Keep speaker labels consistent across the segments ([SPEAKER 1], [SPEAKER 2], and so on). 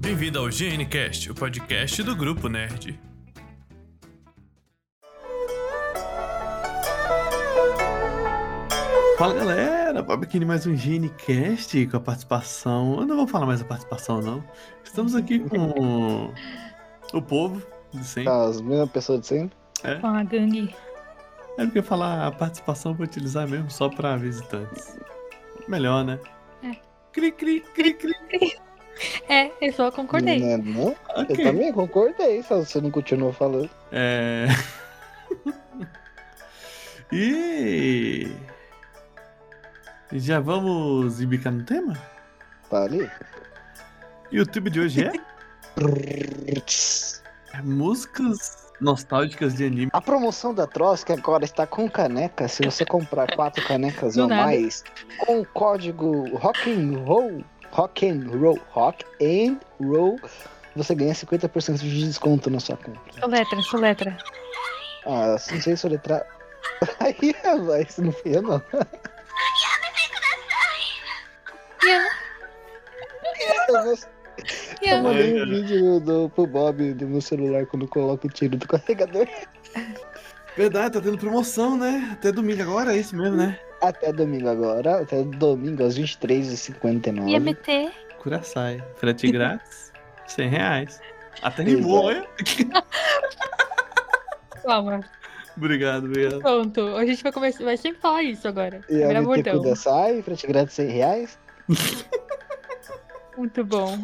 [SPEAKER 1] Bem-vindo ao GNCast, o podcast do Grupo Nerd.
[SPEAKER 2] Fala galera, Bob aqui em mais um GNCast com a participação. Eu não vou falar mais a participação, não. Estamos aqui com o povo de sempre.
[SPEAKER 3] Tá As mesmas pessoas de sempre?
[SPEAKER 4] Com a gangue.
[SPEAKER 2] É porque falar a participação eu vou utilizar mesmo só pra visitantes. Melhor, né?
[SPEAKER 4] É.
[SPEAKER 2] Cri, cri, cri, cri.
[SPEAKER 4] É, eu só concordei.
[SPEAKER 3] Né, não? Eu
[SPEAKER 2] Ok.
[SPEAKER 3] também concordei, só você não continuou falando.
[SPEAKER 2] É. e. Já vamos embicar no tema?
[SPEAKER 3] Tá ali?
[SPEAKER 2] E o YouTube de hoje é músicas nostálgicas de anime.
[SPEAKER 3] A promoção da Trosk agora está com caneca. Se você comprar quatro canecas
[SPEAKER 4] Do
[SPEAKER 3] ou
[SPEAKER 4] nada.
[SPEAKER 3] mais, com o código Rock and Roll, Rock and Roll, Rock and Roll, você ganha 50% de desconto na sua compra.
[SPEAKER 4] Soletra, soletra.
[SPEAKER 3] Ah, não sei se eu letrar. Aí, mas não fui eu, não. é Eu não Eu
[SPEAKER 4] Yeah.
[SPEAKER 3] mandei um vídeo do, pro Bob do meu celular quando coloca o tiro do carregador.
[SPEAKER 2] Verdade, tá tendo promoção, né? Até domingo agora, é isso mesmo, né?
[SPEAKER 3] Até domingo agora, até domingo às 23h59.
[SPEAKER 4] Ia meter.
[SPEAKER 2] Curaçai. Frete grátis, 100 reais. Até rimou, olha.
[SPEAKER 4] Calma.
[SPEAKER 2] Obrigado, obrigado.
[SPEAKER 4] Pronto. A gente vai começar. Vai sempre falar isso agora.
[SPEAKER 3] Ia
[SPEAKER 4] Virar
[SPEAKER 3] meter
[SPEAKER 4] bordão.
[SPEAKER 3] cuida, sai, frete grátis 100 reais.
[SPEAKER 4] Muito bom.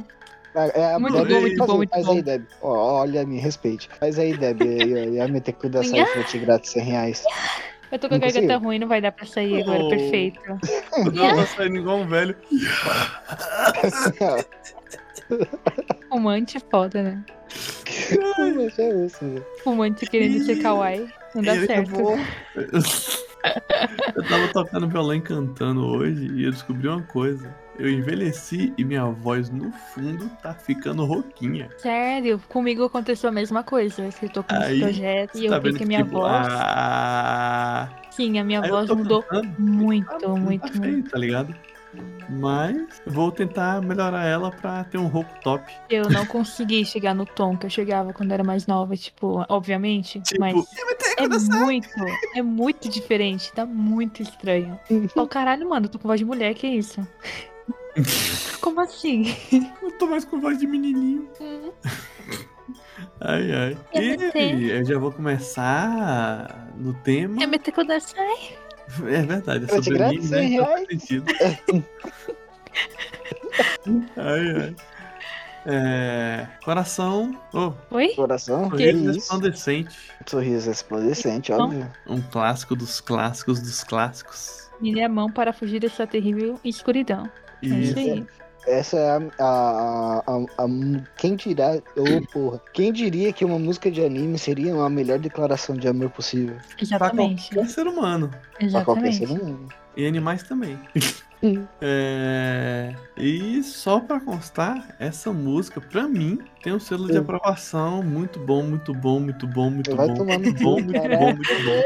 [SPEAKER 3] Ah, É, a
[SPEAKER 4] Muito
[SPEAKER 3] Deb-
[SPEAKER 2] bom, muito
[SPEAKER 3] faz,
[SPEAKER 4] bom, muito
[SPEAKER 3] faz
[SPEAKER 4] bom.
[SPEAKER 3] aí, Deb. Ó, olha, me respeite. Faz aí, Deb. Ia, ia meter cuida, sai, frete grátis 100 reais.
[SPEAKER 4] Eu tô com a
[SPEAKER 3] Não consigo.
[SPEAKER 4] garganta ruim, não vai dar pra sair agora.
[SPEAKER 2] Oh.
[SPEAKER 4] Perfeito.
[SPEAKER 2] Eu tava saindo igual um velho.
[SPEAKER 3] Assim,
[SPEAKER 4] Fumante é foda, né?
[SPEAKER 3] Mas é isso, né?
[SPEAKER 4] Fumante querendo ser kawaii. Não dá
[SPEAKER 2] Ele é
[SPEAKER 4] certo.
[SPEAKER 2] acabou. Eu tava tocando violão e cantando hoje e eu descobri uma coisa. Eu envelheci e minha voz no fundo tá ficando rouquinha.
[SPEAKER 4] Sério, comigo aconteceu a mesma coisa. que Eu tô com
[SPEAKER 2] Aí,
[SPEAKER 4] esse projeto e
[SPEAKER 2] tá
[SPEAKER 4] eu vi que a minha
[SPEAKER 2] tipo,
[SPEAKER 4] voz.
[SPEAKER 2] ah,
[SPEAKER 4] Sim, a minha
[SPEAKER 2] aí eu
[SPEAKER 4] voz
[SPEAKER 2] tô
[SPEAKER 4] mudou
[SPEAKER 2] cantando, tá-
[SPEAKER 4] muito,
[SPEAKER 2] tá
[SPEAKER 4] muito, muito.
[SPEAKER 2] feio, tá ligado? Mas vou tentar melhorar ela pra ter um rouco top.
[SPEAKER 4] Eu não consegui chegar no tom que eu chegava quando era mais nova, tipo, obviamente,
[SPEAKER 2] Tipo,
[SPEAKER 4] mas é muito, é muito diferente, tá muito estranho.
[SPEAKER 3] Uhum.
[SPEAKER 4] Ó, caralho, mano, eu tô com voz de mulher, que isso? Como assim?
[SPEAKER 2] eu tô mais com voz de menininho. Ai, ai.
[SPEAKER 4] Eu
[SPEAKER 2] E
[SPEAKER 4] gostei.
[SPEAKER 2] eu já vou começar no tema.
[SPEAKER 4] É meter quando sai.
[SPEAKER 2] É verdade, é
[SPEAKER 3] Frete
[SPEAKER 2] sobre
[SPEAKER 3] grátis,
[SPEAKER 2] mim,
[SPEAKER 3] 100
[SPEAKER 2] né? Então
[SPEAKER 3] reais.
[SPEAKER 2] faz sentido. ai, ai. É, coração. Oh,
[SPEAKER 4] Oi?
[SPEAKER 3] Coração, que é
[SPEAKER 2] Correio
[SPEAKER 3] isso?
[SPEAKER 2] Resplandecente.
[SPEAKER 3] Sorriso resplandecente, óbvio.
[SPEAKER 2] Um clássico dos clássicos dos clássicos.
[SPEAKER 4] Minha a mão para fugir dessa terrível escuridão. É
[SPEAKER 2] E
[SPEAKER 4] isso aí.
[SPEAKER 3] Essa é a, a, a, a- Quem dirá.
[SPEAKER 2] Hum.
[SPEAKER 3] Ô, porra. Quem diria que uma música de anime seria a melhor declaração de amor possível?
[SPEAKER 2] pra
[SPEAKER 4] Exatamente.
[SPEAKER 2] qualquer ser humano.
[SPEAKER 3] Pra qualquer
[SPEAKER 4] Exatamente.
[SPEAKER 3] ser humano.
[SPEAKER 2] E animais também.
[SPEAKER 3] Hum.
[SPEAKER 2] É, E só pra constar, essa música, pra mim, tem um selo de
[SPEAKER 3] Hum.
[SPEAKER 2] aprovação muito bom, muito bom, muito bom, muito
[SPEAKER 3] Vai
[SPEAKER 2] bom.
[SPEAKER 3] tomar no
[SPEAKER 2] Muito bom,
[SPEAKER 3] cu,
[SPEAKER 2] muito
[SPEAKER 3] cara.
[SPEAKER 2] bom, muito bom.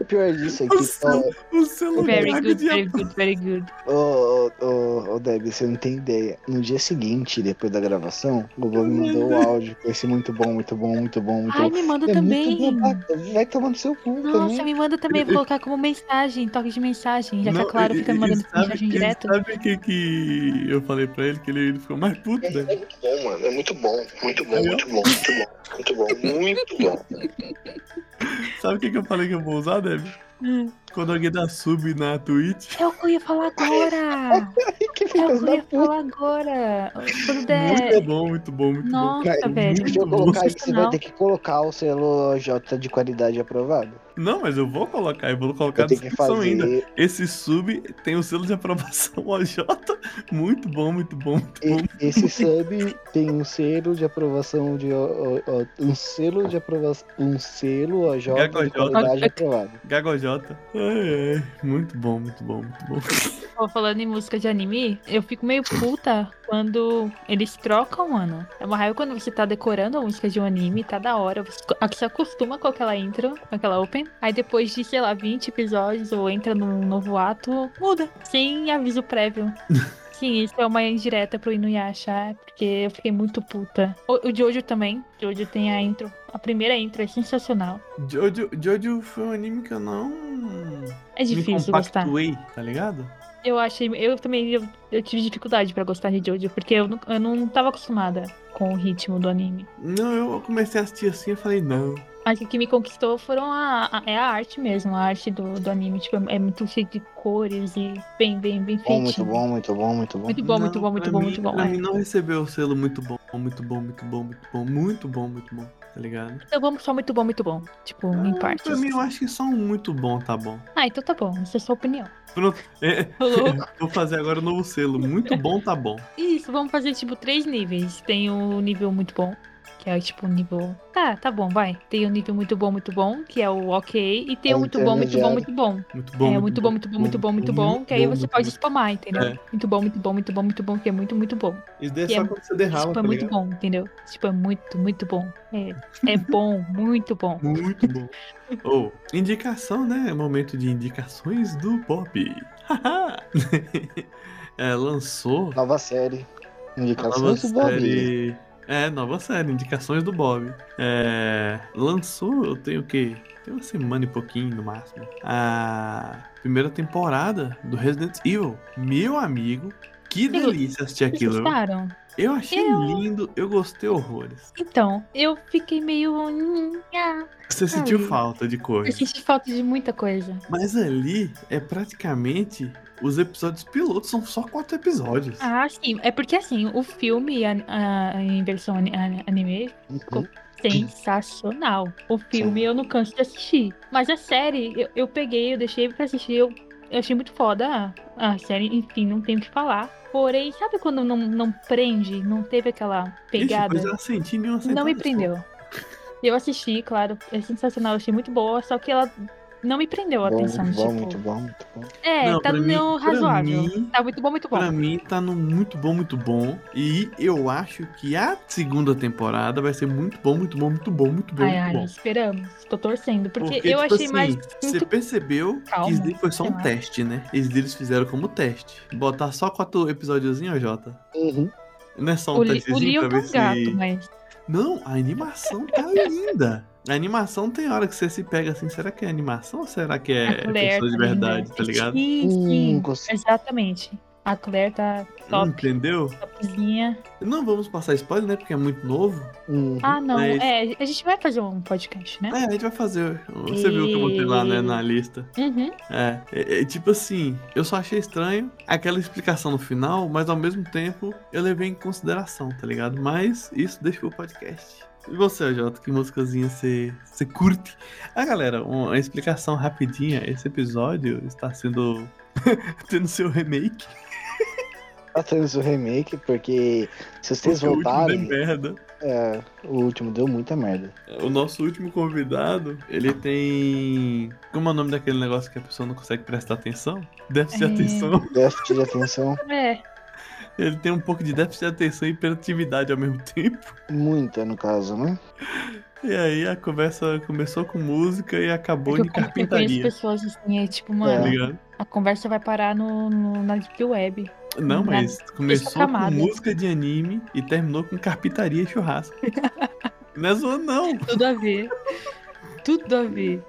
[SPEAKER 3] O pior disso é que.
[SPEAKER 2] Nossa. O selo
[SPEAKER 4] Very
[SPEAKER 2] de
[SPEAKER 4] good, very good, very good.
[SPEAKER 3] Ô, ô, ô, ô, Deb, você não tem ideia. No dia seguinte, depois da gravação, o Bob me mandou o áudio com esse muito bom, muito bom, muito bom, muito né?
[SPEAKER 4] Ai,
[SPEAKER 3] bom.
[SPEAKER 4] me manda
[SPEAKER 3] É
[SPEAKER 4] também.
[SPEAKER 3] muito babaca. Vai tomando seu cu
[SPEAKER 4] Nossa,
[SPEAKER 3] também.
[SPEAKER 4] me manda também, vou colocar como mensagem, toque de mensagem. Já tá que a Clara fica me mandando mensagem direto.
[SPEAKER 2] Sabe o que, que eu falei pra ele? Que ele, ele ficou mais puto, né?
[SPEAKER 5] É muito bom, mano. É muito bom, muito bom, muito bom, muito bom, muito bom, muito bom.
[SPEAKER 2] Sabe o que, que eu falei que eu vou usar, Deb? Quando alguém dá sub na Twitch.
[SPEAKER 4] É o que eu ia falar agora!
[SPEAKER 3] Que
[SPEAKER 4] É o
[SPEAKER 3] filhas
[SPEAKER 4] que eu
[SPEAKER 3] da
[SPEAKER 4] ia
[SPEAKER 3] puta.
[SPEAKER 4] falar agora! Quando
[SPEAKER 2] Muito
[SPEAKER 4] der.
[SPEAKER 2] bom, muito bom, muito bom.
[SPEAKER 4] Nossa,
[SPEAKER 3] Cara,
[SPEAKER 4] velho.
[SPEAKER 3] Se eu
[SPEAKER 2] Muito
[SPEAKER 3] colocar isso, você
[SPEAKER 4] sensacional.
[SPEAKER 3] vai ter que colocar o selo J de qualidade aprovado.
[SPEAKER 2] Não, mas eu vou colocar, eu vou colocar
[SPEAKER 3] Eu
[SPEAKER 2] a
[SPEAKER 3] tenho que
[SPEAKER 2] descrição
[SPEAKER 3] fazer.
[SPEAKER 2] ainda. Esse sub tem o selo de aprovação OJ. Muito bom, muito bom, muito bom.
[SPEAKER 3] e- Esse sub tem um selo de aprovação de. ó, ó, ó, um selo de aprovação. Um selo OJ de
[SPEAKER 2] HJ.
[SPEAKER 3] qualidade aprovado.
[SPEAKER 2] Gagojota. Ai, ai. Muito bom, muito bom, muito bom.
[SPEAKER 4] Pô, falando em música de anime, eu fico meio puta quando eles trocam, mano. É uma raiva quando você tá decorando a música de um anime, tá da hora. Você a- se acostuma com aquela intro, com aquela open. Aí depois de, sei lá, 20 episódios ou entra num novo ato, muda. Sem aviso prévio. Sim, isso é uma indireta pro Inuyasha, é porque eu fiquei muito puta. O, o Jojo também. Jojo tem a intro. A primeira intro é sensacional.
[SPEAKER 2] Jojo, Jojo foi um anime que eu não.
[SPEAKER 4] É
[SPEAKER 2] me
[SPEAKER 4] difícil gostar.
[SPEAKER 2] compactuei, tá ligado?
[SPEAKER 4] Eu achei. Eu também eu, eu tive dificuldade pra gostar de Jojo, porque eu não, eu não tava acostumada com o ritmo do anime.
[SPEAKER 2] Não, eu comecei a assistir assim e falei, não.
[SPEAKER 4] Acho que o que me conquistou foram a, a- é a arte mesmo, a arte do, do anime. Tipo, é muito cheio de cores e bem, bem, bem
[SPEAKER 3] Bom,
[SPEAKER 4] feitinho.
[SPEAKER 3] muito bom, muito bom, muito bom.
[SPEAKER 4] Muito bom,
[SPEAKER 2] Não,
[SPEAKER 4] muito bom, muito
[SPEAKER 2] pra
[SPEAKER 4] bom,
[SPEAKER 2] mim-
[SPEAKER 4] muito bom.
[SPEAKER 2] Pra
[SPEAKER 4] é.
[SPEAKER 2] mim não recebeu o selo muito bom, muito bom, muito bom, muito bom, muito bom, muito bom, tá ligado?
[SPEAKER 4] Eu amo Então só muito bom, muito bom. Tipo, em
[SPEAKER 2] Ah,
[SPEAKER 4] partes.
[SPEAKER 2] Pra mim eu acho que só um muito bom tá bom.
[SPEAKER 4] Ah, então tá bom. Essa é a sua opinião.
[SPEAKER 2] Pronto, é,
[SPEAKER 4] Tô louco.
[SPEAKER 2] vou fazer agora o novo selo. Muito bom tá bom.
[SPEAKER 4] Isso, vamos fazer, tipo, três níveis. Tem o nível muito bom, que é, tipo, o nível... Tá, tá bom, vai. Tem o nível muito bom, muito bom, que é o ok. E tem
[SPEAKER 3] É
[SPEAKER 4] o muito bom, muito bom, muito bom.
[SPEAKER 2] Muito bom.
[SPEAKER 4] é, muito bom, muito bom, muito bom, muito bom. Que aí você pode spamar, entendeu?
[SPEAKER 2] É.
[SPEAKER 4] Muito bom, muito bom, muito bom, muito bom, que é muito, muito bom.
[SPEAKER 2] Isso daí é
[SPEAKER 4] que
[SPEAKER 2] só
[SPEAKER 4] é-
[SPEAKER 2] quando você derrama,
[SPEAKER 4] tipo,
[SPEAKER 2] tá
[SPEAKER 4] é muito
[SPEAKER 2] ligado?
[SPEAKER 4] bom, entendeu? Tipo, é muito, muito bom. É, é bom, muito bom.
[SPEAKER 2] Muito bom. Ou, indicação, né? Momento de indicações do Pop. Haha. é, lançou
[SPEAKER 3] Nova série.
[SPEAKER 2] a nova
[SPEAKER 3] Indicações do Bob. né?
[SPEAKER 2] série. É, nova série, Indicações do Bob. É, lançou, eu tenho o quê? Tem uma semana e pouquinho no máximo. A primeira temporada do Resident Evil. Meu amigo, que delícia assistir
[SPEAKER 4] Vocês
[SPEAKER 2] aquilo. é um
[SPEAKER 4] gostaram?
[SPEAKER 2] Eu achei
[SPEAKER 4] Eu-
[SPEAKER 2] lindo, eu gostei horrores.
[SPEAKER 4] Então, eu fiquei meio... hum, ah.
[SPEAKER 2] Você sentiu
[SPEAKER 4] Ai.
[SPEAKER 2] falta de
[SPEAKER 4] Eu
[SPEAKER 2] coisa.
[SPEAKER 4] senti falta de muita coisa.
[SPEAKER 2] Mas ali é praticamente os episódios pilotos, são só quatro episódios.
[SPEAKER 4] Ah, sim. É porque assim, o filme a, a- em versão ani- a- anime
[SPEAKER 3] Uhum.
[SPEAKER 4] sensacional. O filme
[SPEAKER 3] Sim.
[SPEAKER 4] eu não canso de assistir. Mas a série, eu, eu peguei, eu deixei pra assistir, eu, eu achei muito foda a, a série, enfim, não tenho o que falar. Porém, sabe quando não, não prende, não teve aquela
[SPEAKER 2] Ixi, é,
[SPEAKER 4] pegada?
[SPEAKER 2] mas eu senti em uma
[SPEAKER 4] não me
[SPEAKER 2] sentada só.
[SPEAKER 4] prendeu. Eu assisti, claro, é sensacional, eu achei muito boa, só que ela não me prendeu a
[SPEAKER 3] Bom,
[SPEAKER 4] atenção.
[SPEAKER 3] muito bom,
[SPEAKER 4] tipo,
[SPEAKER 3] muito bom, muito bom.
[SPEAKER 4] É,
[SPEAKER 2] Não,
[SPEAKER 4] tá
[SPEAKER 2] pra
[SPEAKER 4] no
[SPEAKER 2] mim-
[SPEAKER 4] meu
[SPEAKER 2] pra
[SPEAKER 4] razoável.
[SPEAKER 2] mim-
[SPEAKER 4] Tá muito bom, muito bom.
[SPEAKER 2] Pra mim tá no muito bom, muito bom. E eu acho que a segunda temporada vai ser muito bom, muito bom, muito bom, muito bom,
[SPEAKER 4] Ai,
[SPEAKER 2] muito
[SPEAKER 4] ai,
[SPEAKER 2] bom.
[SPEAKER 4] esperamos. Tô torcendo. Porque,
[SPEAKER 2] Porque,
[SPEAKER 4] eu
[SPEAKER 2] tipo
[SPEAKER 4] achei
[SPEAKER 2] assim,
[SPEAKER 4] mais. um
[SPEAKER 2] Você
[SPEAKER 4] muito-
[SPEAKER 2] percebeu
[SPEAKER 4] Calma,
[SPEAKER 2] que isso daí foi só
[SPEAKER 4] sei
[SPEAKER 2] um
[SPEAKER 4] lá.
[SPEAKER 2] teste, né? Eles, eles fizeram como teste. Botar só quatro episódiozinhos, Jota.
[SPEAKER 3] Uhum.
[SPEAKER 2] Não é só um
[SPEAKER 4] O, li, o
[SPEAKER 2] testezinho pra
[SPEAKER 4] Leo tá
[SPEAKER 2] ver
[SPEAKER 4] um
[SPEAKER 2] se.
[SPEAKER 4] gato, mas.
[SPEAKER 2] Não, a animação tá linda. A animação tem hora que você se pega assim, será que é animação ou será que é
[SPEAKER 4] a Claire.
[SPEAKER 2] pessoa de
[SPEAKER 4] tá linda.
[SPEAKER 2] verdade, tá ligado?
[SPEAKER 4] Sim,
[SPEAKER 3] Hum,
[SPEAKER 4] sim.
[SPEAKER 3] gostei.
[SPEAKER 4] Exatamente. A Claire tá top,
[SPEAKER 2] Entendeu?
[SPEAKER 4] topzinha.
[SPEAKER 2] Não vamos passar spoiler, né? Porque é muito novo.
[SPEAKER 3] Uhum.
[SPEAKER 4] Ah, não.
[SPEAKER 2] Mas-
[SPEAKER 4] É, a gente vai fazer um podcast, né?
[SPEAKER 2] É, a gente vai fazer. Você viu que eu botei lá, né, na lista.
[SPEAKER 4] Uhum.
[SPEAKER 2] É, é, é, tipo assim, eu só achei estranho aquela explicação no final, mas ao mesmo tempo eu levei em consideração, tá ligado? Mas isso deixa pro podcast. E você, Jota, que músicazinha você você curte? Ah, galera, um- uma explicação rapidinha. Esse episódio está sendo. tendo seu remake.
[SPEAKER 3] Tá tendo o remake, porque se vocês
[SPEAKER 2] porque o último
[SPEAKER 3] voltarem,
[SPEAKER 2] deu merda.
[SPEAKER 3] é, o último deu muita merda.
[SPEAKER 2] O nosso último convidado, ele tem. Como é o nome daquele negócio que a pessoa não consegue prestar atenção? Déficit de
[SPEAKER 4] É.
[SPEAKER 2] atenção.
[SPEAKER 3] Déficit de atenção,
[SPEAKER 4] É.
[SPEAKER 2] Ele tem um pouco de déficit de atenção e hiperatividade ao mesmo tempo.
[SPEAKER 3] muita no caso, né?
[SPEAKER 2] E aí a conversa começou com música e acabou
[SPEAKER 4] Porque
[SPEAKER 2] em
[SPEAKER 4] É eu, con- eu conheço
[SPEAKER 2] carpintaria.
[SPEAKER 4] pessoas assim, é tipo,
[SPEAKER 2] Tá
[SPEAKER 4] mano,
[SPEAKER 3] É.
[SPEAKER 2] ligado?
[SPEAKER 4] a conversa vai parar no, no- na Deep Web.
[SPEAKER 2] Não,
[SPEAKER 4] Na-
[SPEAKER 2] mas começou com
[SPEAKER 4] camada.
[SPEAKER 2] música de anime e terminou com carpintaria e churrasco. não é zoando, não.
[SPEAKER 4] Tudo a ver. Tudo a ver.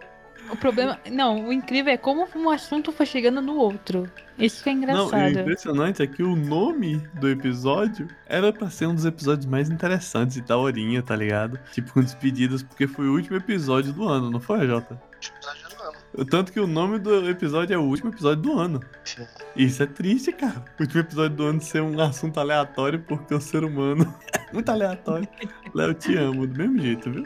[SPEAKER 4] O problema. Não, o incrível é como um assunto foi chegando no outro. Isso que é
[SPEAKER 2] Não, e o
[SPEAKER 4] engraçado.
[SPEAKER 2] impressionante é que o nome do episódio era pra ser um dos episódios mais interessantes e daorinha, tá ligado? Tipo, com despedidas, porque foi o último episódio do ano, não foi, Jota? Tanto que o nome do episódio é o último episódio do ano.
[SPEAKER 3] Sim.
[SPEAKER 2] Isso é triste, cara. O último episódio do ano ser um assunto aleatório porque o ser humano muito aleatório. Léo, te amo do mesmo jeito, viu?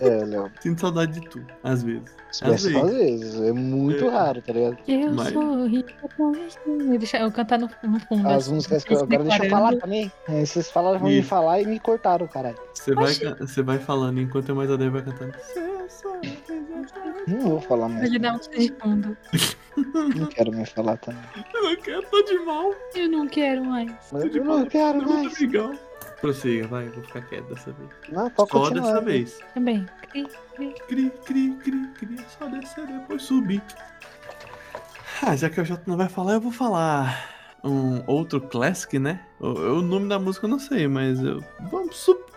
[SPEAKER 3] É, Léo.
[SPEAKER 2] Sinto saudade de tu, às vezes. Às
[SPEAKER 3] Peço às vezes. É muito
[SPEAKER 2] É.
[SPEAKER 3] raro, tá ligado?
[SPEAKER 4] eu
[SPEAKER 2] mas-
[SPEAKER 4] sou rica com isso. Deixa eu cantar no, no fundo. assim,
[SPEAKER 3] As músicas que eu, agora deixa eu falar também. É, vocês falaram pra me
[SPEAKER 2] Isso.
[SPEAKER 3] falar e me cortaram, caralho.
[SPEAKER 2] Você vai,
[SPEAKER 4] Oxi.
[SPEAKER 2] ca- você vai falando enquanto eu mais odeio vai cantando. é Seu sonho,
[SPEAKER 3] Não vou falar mais.
[SPEAKER 4] Imaginar música um de fundo.
[SPEAKER 3] Não quero me falar também.
[SPEAKER 2] Eu não quero, tô de mal.
[SPEAKER 4] Eu não quero mais.
[SPEAKER 3] Mas
[SPEAKER 2] Tipo,
[SPEAKER 3] eu não quero mais.
[SPEAKER 2] legal. Prossiga, vai, vou ficar quieto dessa vez.
[SPEAKER 3] Não, pode
[SPEAKER 2] Só
[SPEAKER 3] continuar.
[SPEAKER 2] dessa vez.
[SPEAKER 4] Também.
[SPEAKER 2] Cri, cri, cri, cri, só descer depois subir. Ah, já que o Jota não vai falar, eu vou falar. um outro classic, né? O, o nome da música eu não sei, mas eu, vamos sup-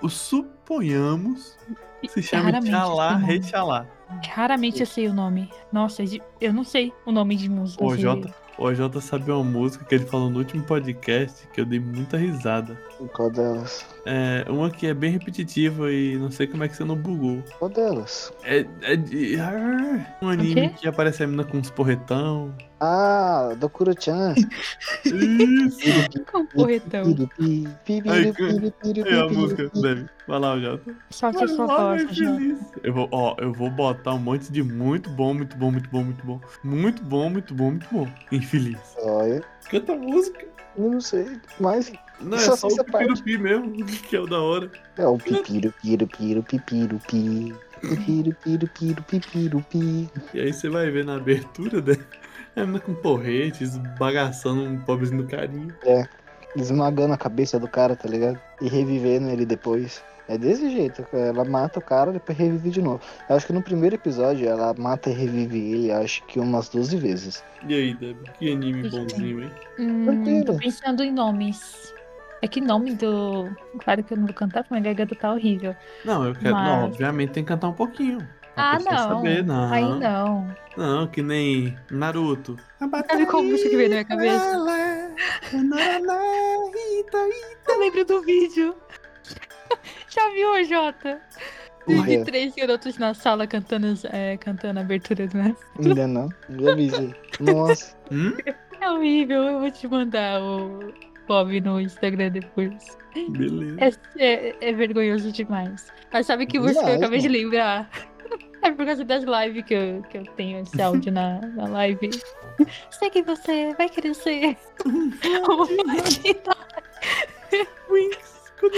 [SPEAKER 2] suponhamos que se chama
[SPEAKER 4] Raramente eu sei o
[SPEAKER 2] Tchalá
[SPEAKER 4] nome.
[SPEAKER 2] Rechalá.
[SPEAKER 4] Raramente eu sei o nome. Nossa, de- eu não sei o nome de música.
[SPEAKER 2] Ô,
[SPEAKER 4] assim.
[SPEAKER 2] Jota. O OJ sabe uma música que ele falou no último podcast que eu dei muita risada.
[SPEAKER 3] Qual delas?
[SPEAKER 2] É uma que é bem repetitiva e não sei como é que você não bugou.
[SPEAKER 3] Qual delas?
[SPEAKER 2] É, é de. Arr, Um anime
[SPEAKER 4] quê?
[SPEAKER 2] que aparece a mina com uns porretão.
[SPEAKER 3] Ah, do Kuro-chan.
[SPEAKER 2] Isso!
[SPEAKER 4] Com é um porretão.
[SPEAKER 3] Piripi,
[SPEAKER 2] Ai,
[SPEAKER 3] piripiri,
[SPEAKER 2] que-
[SPEAKER 3] piripiri,
[SPEAKER 2] É a música,
[SPEAKER 3] piripiri.
[SPEAKER 2] deve. Vai lá, Jota.
[SPEAKER 4] Só que eu
[SPEAKER 2] Vai
[SPEAKER 4] só
[SPEAKER 2] lá, meu
[SPEAKER 4] gosto, Jota.
[SPEAKER 2] feliz. Eu vou, ó, eu vou botar um monte de muito bom, muito bom, muito bom, muito bom. Muito bom, muito bom, muito bom. Infeliz.
[SPEAKER 3] Olha,
[SPEAKER 2] Canta a música.
[SPEAKER 3] eu não sei, mas
[SPEAKER 2] Não,
[SPEAKER 3] Só
[SPEAKER 2] é só
[SPEAKER 3] essa
[SPEAKER 2] o
[SPEAKER 3] parte.
[SPEAKER 2] pirupi mesmo, que é o da hora.
[SPEAKER 3] é o pipiro, piro, piro, pipiro, pi. Pipiro, piro, piro, pipiro, pi.
[SPEAKER 2] E aí você vai ver na abertura dela. A mina com porretes, bagaçando um pobrezinho do carinho.
[SPEAKER 3] Esmagando a cabeça do cara, tá ligado? E revivendo ele depois. É desse jeito, ela mata o cara e depois revive de novo. Eu acho que no primeiro episódio ela mata e revive ele, acho que umas 12 vezes.
[SPEAKER 2] E aí, Deb, que anime
[SPEAKER 4] Isso.
[SPEAKER 2] bonzinho, hein?
[SPEAKER 4] Hum,
[SPEAKER 3] Tranquilo.
[SPEAKER 4] tô pensando em nomes. É que nome do. Claro que eu não vou cantar, porque minha garganta tá horrível.
[SPEAKER 2] Não, eu quero. Não,
[SPEAKER 4] Mas-
[SPEAKER 2] obviamente tem que cantar um pouquinho. pra
[SPEAKER 4] Ah,
[SPEAKER 2] pessoa
[SPEAKER 4] não.
[SPEAKER 2] Saber, não.
[SPEAKER 4] Aí não.
[SPEAKER 2] Não, que nem Naruto.
[SPEAKER 4] Sabe qual música que veio na minha cabeça?
[SPEAKER 2] é
[SPEAKER 4] Eu lembro do vídeo. Já viu, Jota? De
[SPEAKER 3] Olha,
[SPEAKER 4] três garotos na sala cantando, as- é, cantando a abertura do
[SPEAKER 3] ainda não. Já avisei. Nossa,
[SPEAKER 2] Hum?
[SPEAKER 4] É horrível, eu vou te mandar o Bob no Instagram depois.
[SPEAKER 2] Beleza.
[SPEAKER 4] É, é- é vergonhoso demais. Mas sabe que música eu
[SPEAKER 3] Demais,
[SPEAKER 4] acabei de lembrar? É por causa das lives que eu, que eu tenho esse áudio na, na live. Sei que você vai crescer. Como imagina.
[SPEAKER 2] Winx, quando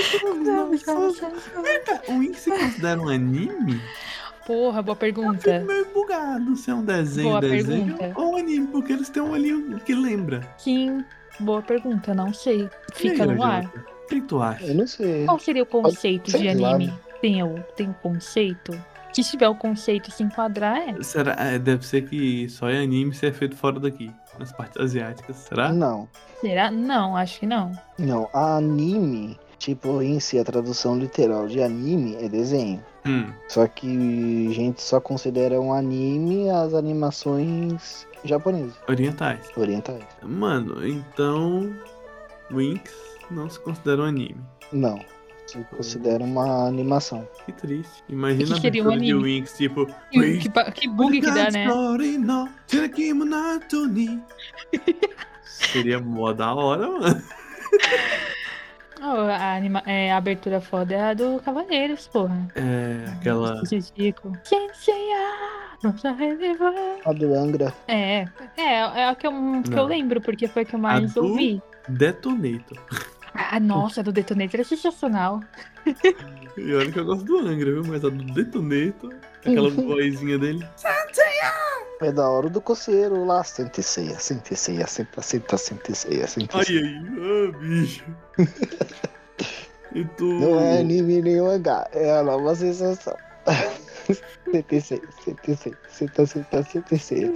[SPEAKER 2] eu tava
[SPEAKER 4] Não,
[SPEAKER 2] vendo
[SPEAKER 4] não,
[SPEAKER 2] essas-
[SPEAKER 4] não.
[SPEAKER 2] O Winx se considera um anime?
[SPEAKER 4] Porra,
[SPEAKER 2] Fico
[SPEAKER 4] boa pergunta.
[SPEAKER 2] meio bugado se é um desenho,
[SPEAKER 4] É. Boa
[SPEAKER 2] desenho
[SPEAKER 4] pergunta.
[SPEAKER 2] ou um anime, porque eles têm um olhinho que lembra.
[SPEAKER 4] Sim, boa pergunta, não sei.
[SPEAKER 2] E
[SPEAKER 4] Fica
[SPEAKER 2] aí,
[SPEAKER 4] no ar.
[SPEAKER 2] Angélica, O que que tu acha?
[SPEAKER 3] eu não sei.
[SPEAKER 4] Qual seria o conceito
[SPEAKER 3] Sei
[SPEAKER 4] de
[SPEAKER 3] lá.
[SPEAKER 4] anime? Tem o tem o conceito? Se tiver o conceito e se enquadrar, é.
[SPEAKER 2] Será? é, deve ser que só é anime se é feito fora daqui, nas partes asiáticas, será?
[SPEAKER 3] Não,
[SPEAKER 4] Será? Não, acho que não.
[SPEAKER 3] não. Anime, tipo, em si, a tradução literal de anime é desenho.
[SPEAKER 2] Hum,
[SPEAKER 3] Só que a gente só considera um anime as animações japonesas,
[SPEAKER 2] orientais.
[SPEAKER 3] orientais.
[SPEAKER 2] Mano, então. Winx não se considera um anime.
[SPEAKER 3] Não, se considera uma animação.
[SPEAKER 2] Que triste. Imagina
[SPEAKER 4] que
[SPEAKER 2] a
[SPEAKER 4] seria
[SPEAKER 2] abertura
[SPEAKER 4] um
[SPEAKER 2] de
[SPEAKER 4] anime?
[SPEAKER 2] Winx, tipo.
[SPEAKER 4] Que, que, ba- que bug que dá, né?
[SPEAKER 2] Sorino, Terakimonotomi. Seria mó da hora, mano.
[SPEAKER 4] Ó, a, anima- é, a abertura foda é a do Cavaleiros, porra.
[SPEAKER 2] É, aquela.
[SPEAKER 4] Ridículo. Senseia, nossa releva-
[SPEAKER 3] A do Angra,
[SPEAKER 4] É, é, é a que eu, que eu
[SPEAKER 2] Não.
[SPEAKER 4] lembro, porque foi a que eu mais
[SPEAKER 2] do-
[SPEAKER 4] ouvi.
[SPEAKER 2] Detonator.
[SPEAKER 4] Ah, nossa, a do Detonator é sensacional.
[SPEAKER 2] E olha que eu gosto do Angra, viu? Mas a do Detonator, aquela vozinha dele.
[SPEAKER 3] é da hora do coceiro lá, sentencia, sentencia, senta, senta, sentecia,
[SPEAKER 2] Ai,
[SPEAKER 3] sentecia.
[SPEAKER 2] ai, ah, bicho. E tu.
[SPEAKER 3] Não é anime nem mangá, é a nova sensação. sentencia, sentencia, senta, senta, sentencia.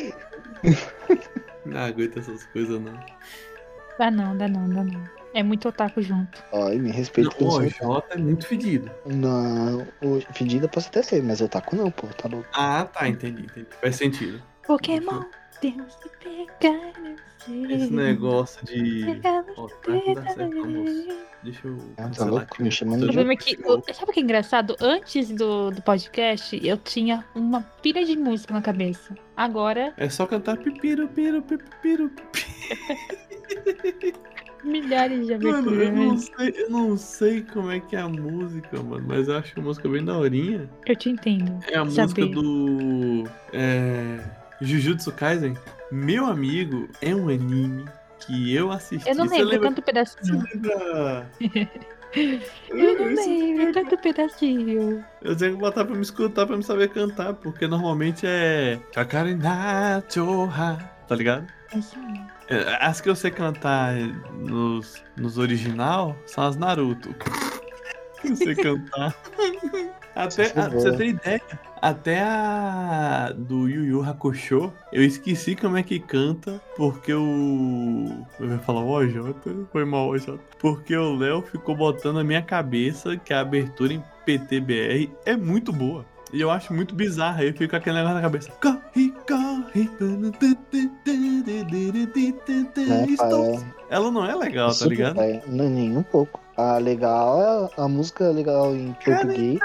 [SPEAKER 2] Não aguenta essas coisas, não.
[SPEAKER 4] Dá Ah, não, dá não, dá não. É muito otaku junto.
[SPEAKER 3] Olha, me respeita que eu
[SPEAKER 2] não
[SPEAKER 3] sou
[SPEAKER 2] o
[SPEAKER 3] otaku.
[SPEAKER 2] Jota é muito fedido.
[SPEAKER 3] Não, o- fedida posso até ser, mas otaku não, pô, tá louco.
[SPEAKER 2] Ah, tá, entendi, entendi. Faz sentido.
[SPEAKER 4] Pokémon, temos que pegar esse-
[SPEAKER 2] Esse negócio de.
[SPEAKER 4] pegar
[SPEAKER 2] Ó, tá, não dá certo, vamos.
[SPEAKER 4] esse-
[SPEAKER 2] Deixa eu.
[SPEAKER 3] Ah, tá
[SPEAKER 2] cancelar
[SPEAKER 3] louco,
[SPEAKER 2] aqui.
[SPEAKER 3] me chamando de
[SPEAKER 2] Eu
[SPEAKER 4] O
[SPEAKER 2] já
[SPEAKER 4] problema é que.
[SPEAKER 2] continuo.
[SPEAKER 4] o- Sabe o que é engraçado? Antes do, do podcast, eu tinha uma pilha de música na cabeça. Agora,
[SPEAKER 2] É só cantar pipiro, piro, pipiro, pipiro.
[SPEAKER 4] milhares de
[SPEAKER 2] Mano, eu
[SPEAKER 4] aberturas.
[SPEAKER 2] não,
[SPEAKER 4] Eu,
[SPEAKER 2] sei, eu não sei como é que é a música, mano, mas eu acho a música bem daorinha.
[SPEAKER 4] te entendo.
[SPEAKER 2] É a
[SPEAKER 4] Saber.
[SPEAKER 2] música do. É. Jujutsu Kaisen. Meu amigo é um anime que eu assisti.
[SPEAKER 4] Eu não
[SPEAKER 2] Você
[SPEAKER 4] lembro
[SPEAKER 2] lembra-
[SPEAKER 4] tanto
[SPEAKER 2] Você
[SPEAKER 4] pedacinho.
[SPEAKER 2] lembra?
[SPEAKER 4] Eu não
[SPEAKER 2] Isso-
[SPEAKER 4] lembro tanto pedacinho.
[SPEAKER 2] Eu tenho que botar pra me escutar pra me saber cantar, porque normalmente é. Kakarinachoha, tá ligado?
[SPEAKER 4] É isso mesmo.
[SPEAKER 2] É, As que eu sei cantar nos, nos original são as Naruto. Que Eu sei cantar. Até,
[SPEAKER 3] Isso é
[SPEAKER 2] ah, pra
[SPEAKER 3] boa.
[SPEAKER 2] você ter ideia, Até a do Yu Yu Hakusho, eu esqueci como é que canta, porque o. Eu ia falar o OJ? Foi mal, OJ. Porque o Léo ficou botando na minha cabeça que a abertura em PTBR é muito boa. E eu acho muito bizarro, aí fica aquele negócio na cabeça. Corre, corre.
[SPEAKER 3] Né,
[SPEAKER 2] Estou-
[SPEAKER 3] pai?
[SPEAKER 2] Ela não é legal, tá
[SPEAKER 3] Super
[SPEAKER 2] ligado?
[SPEAKER 3] pai. Não, nem um pouco. A legal é a música legal em português.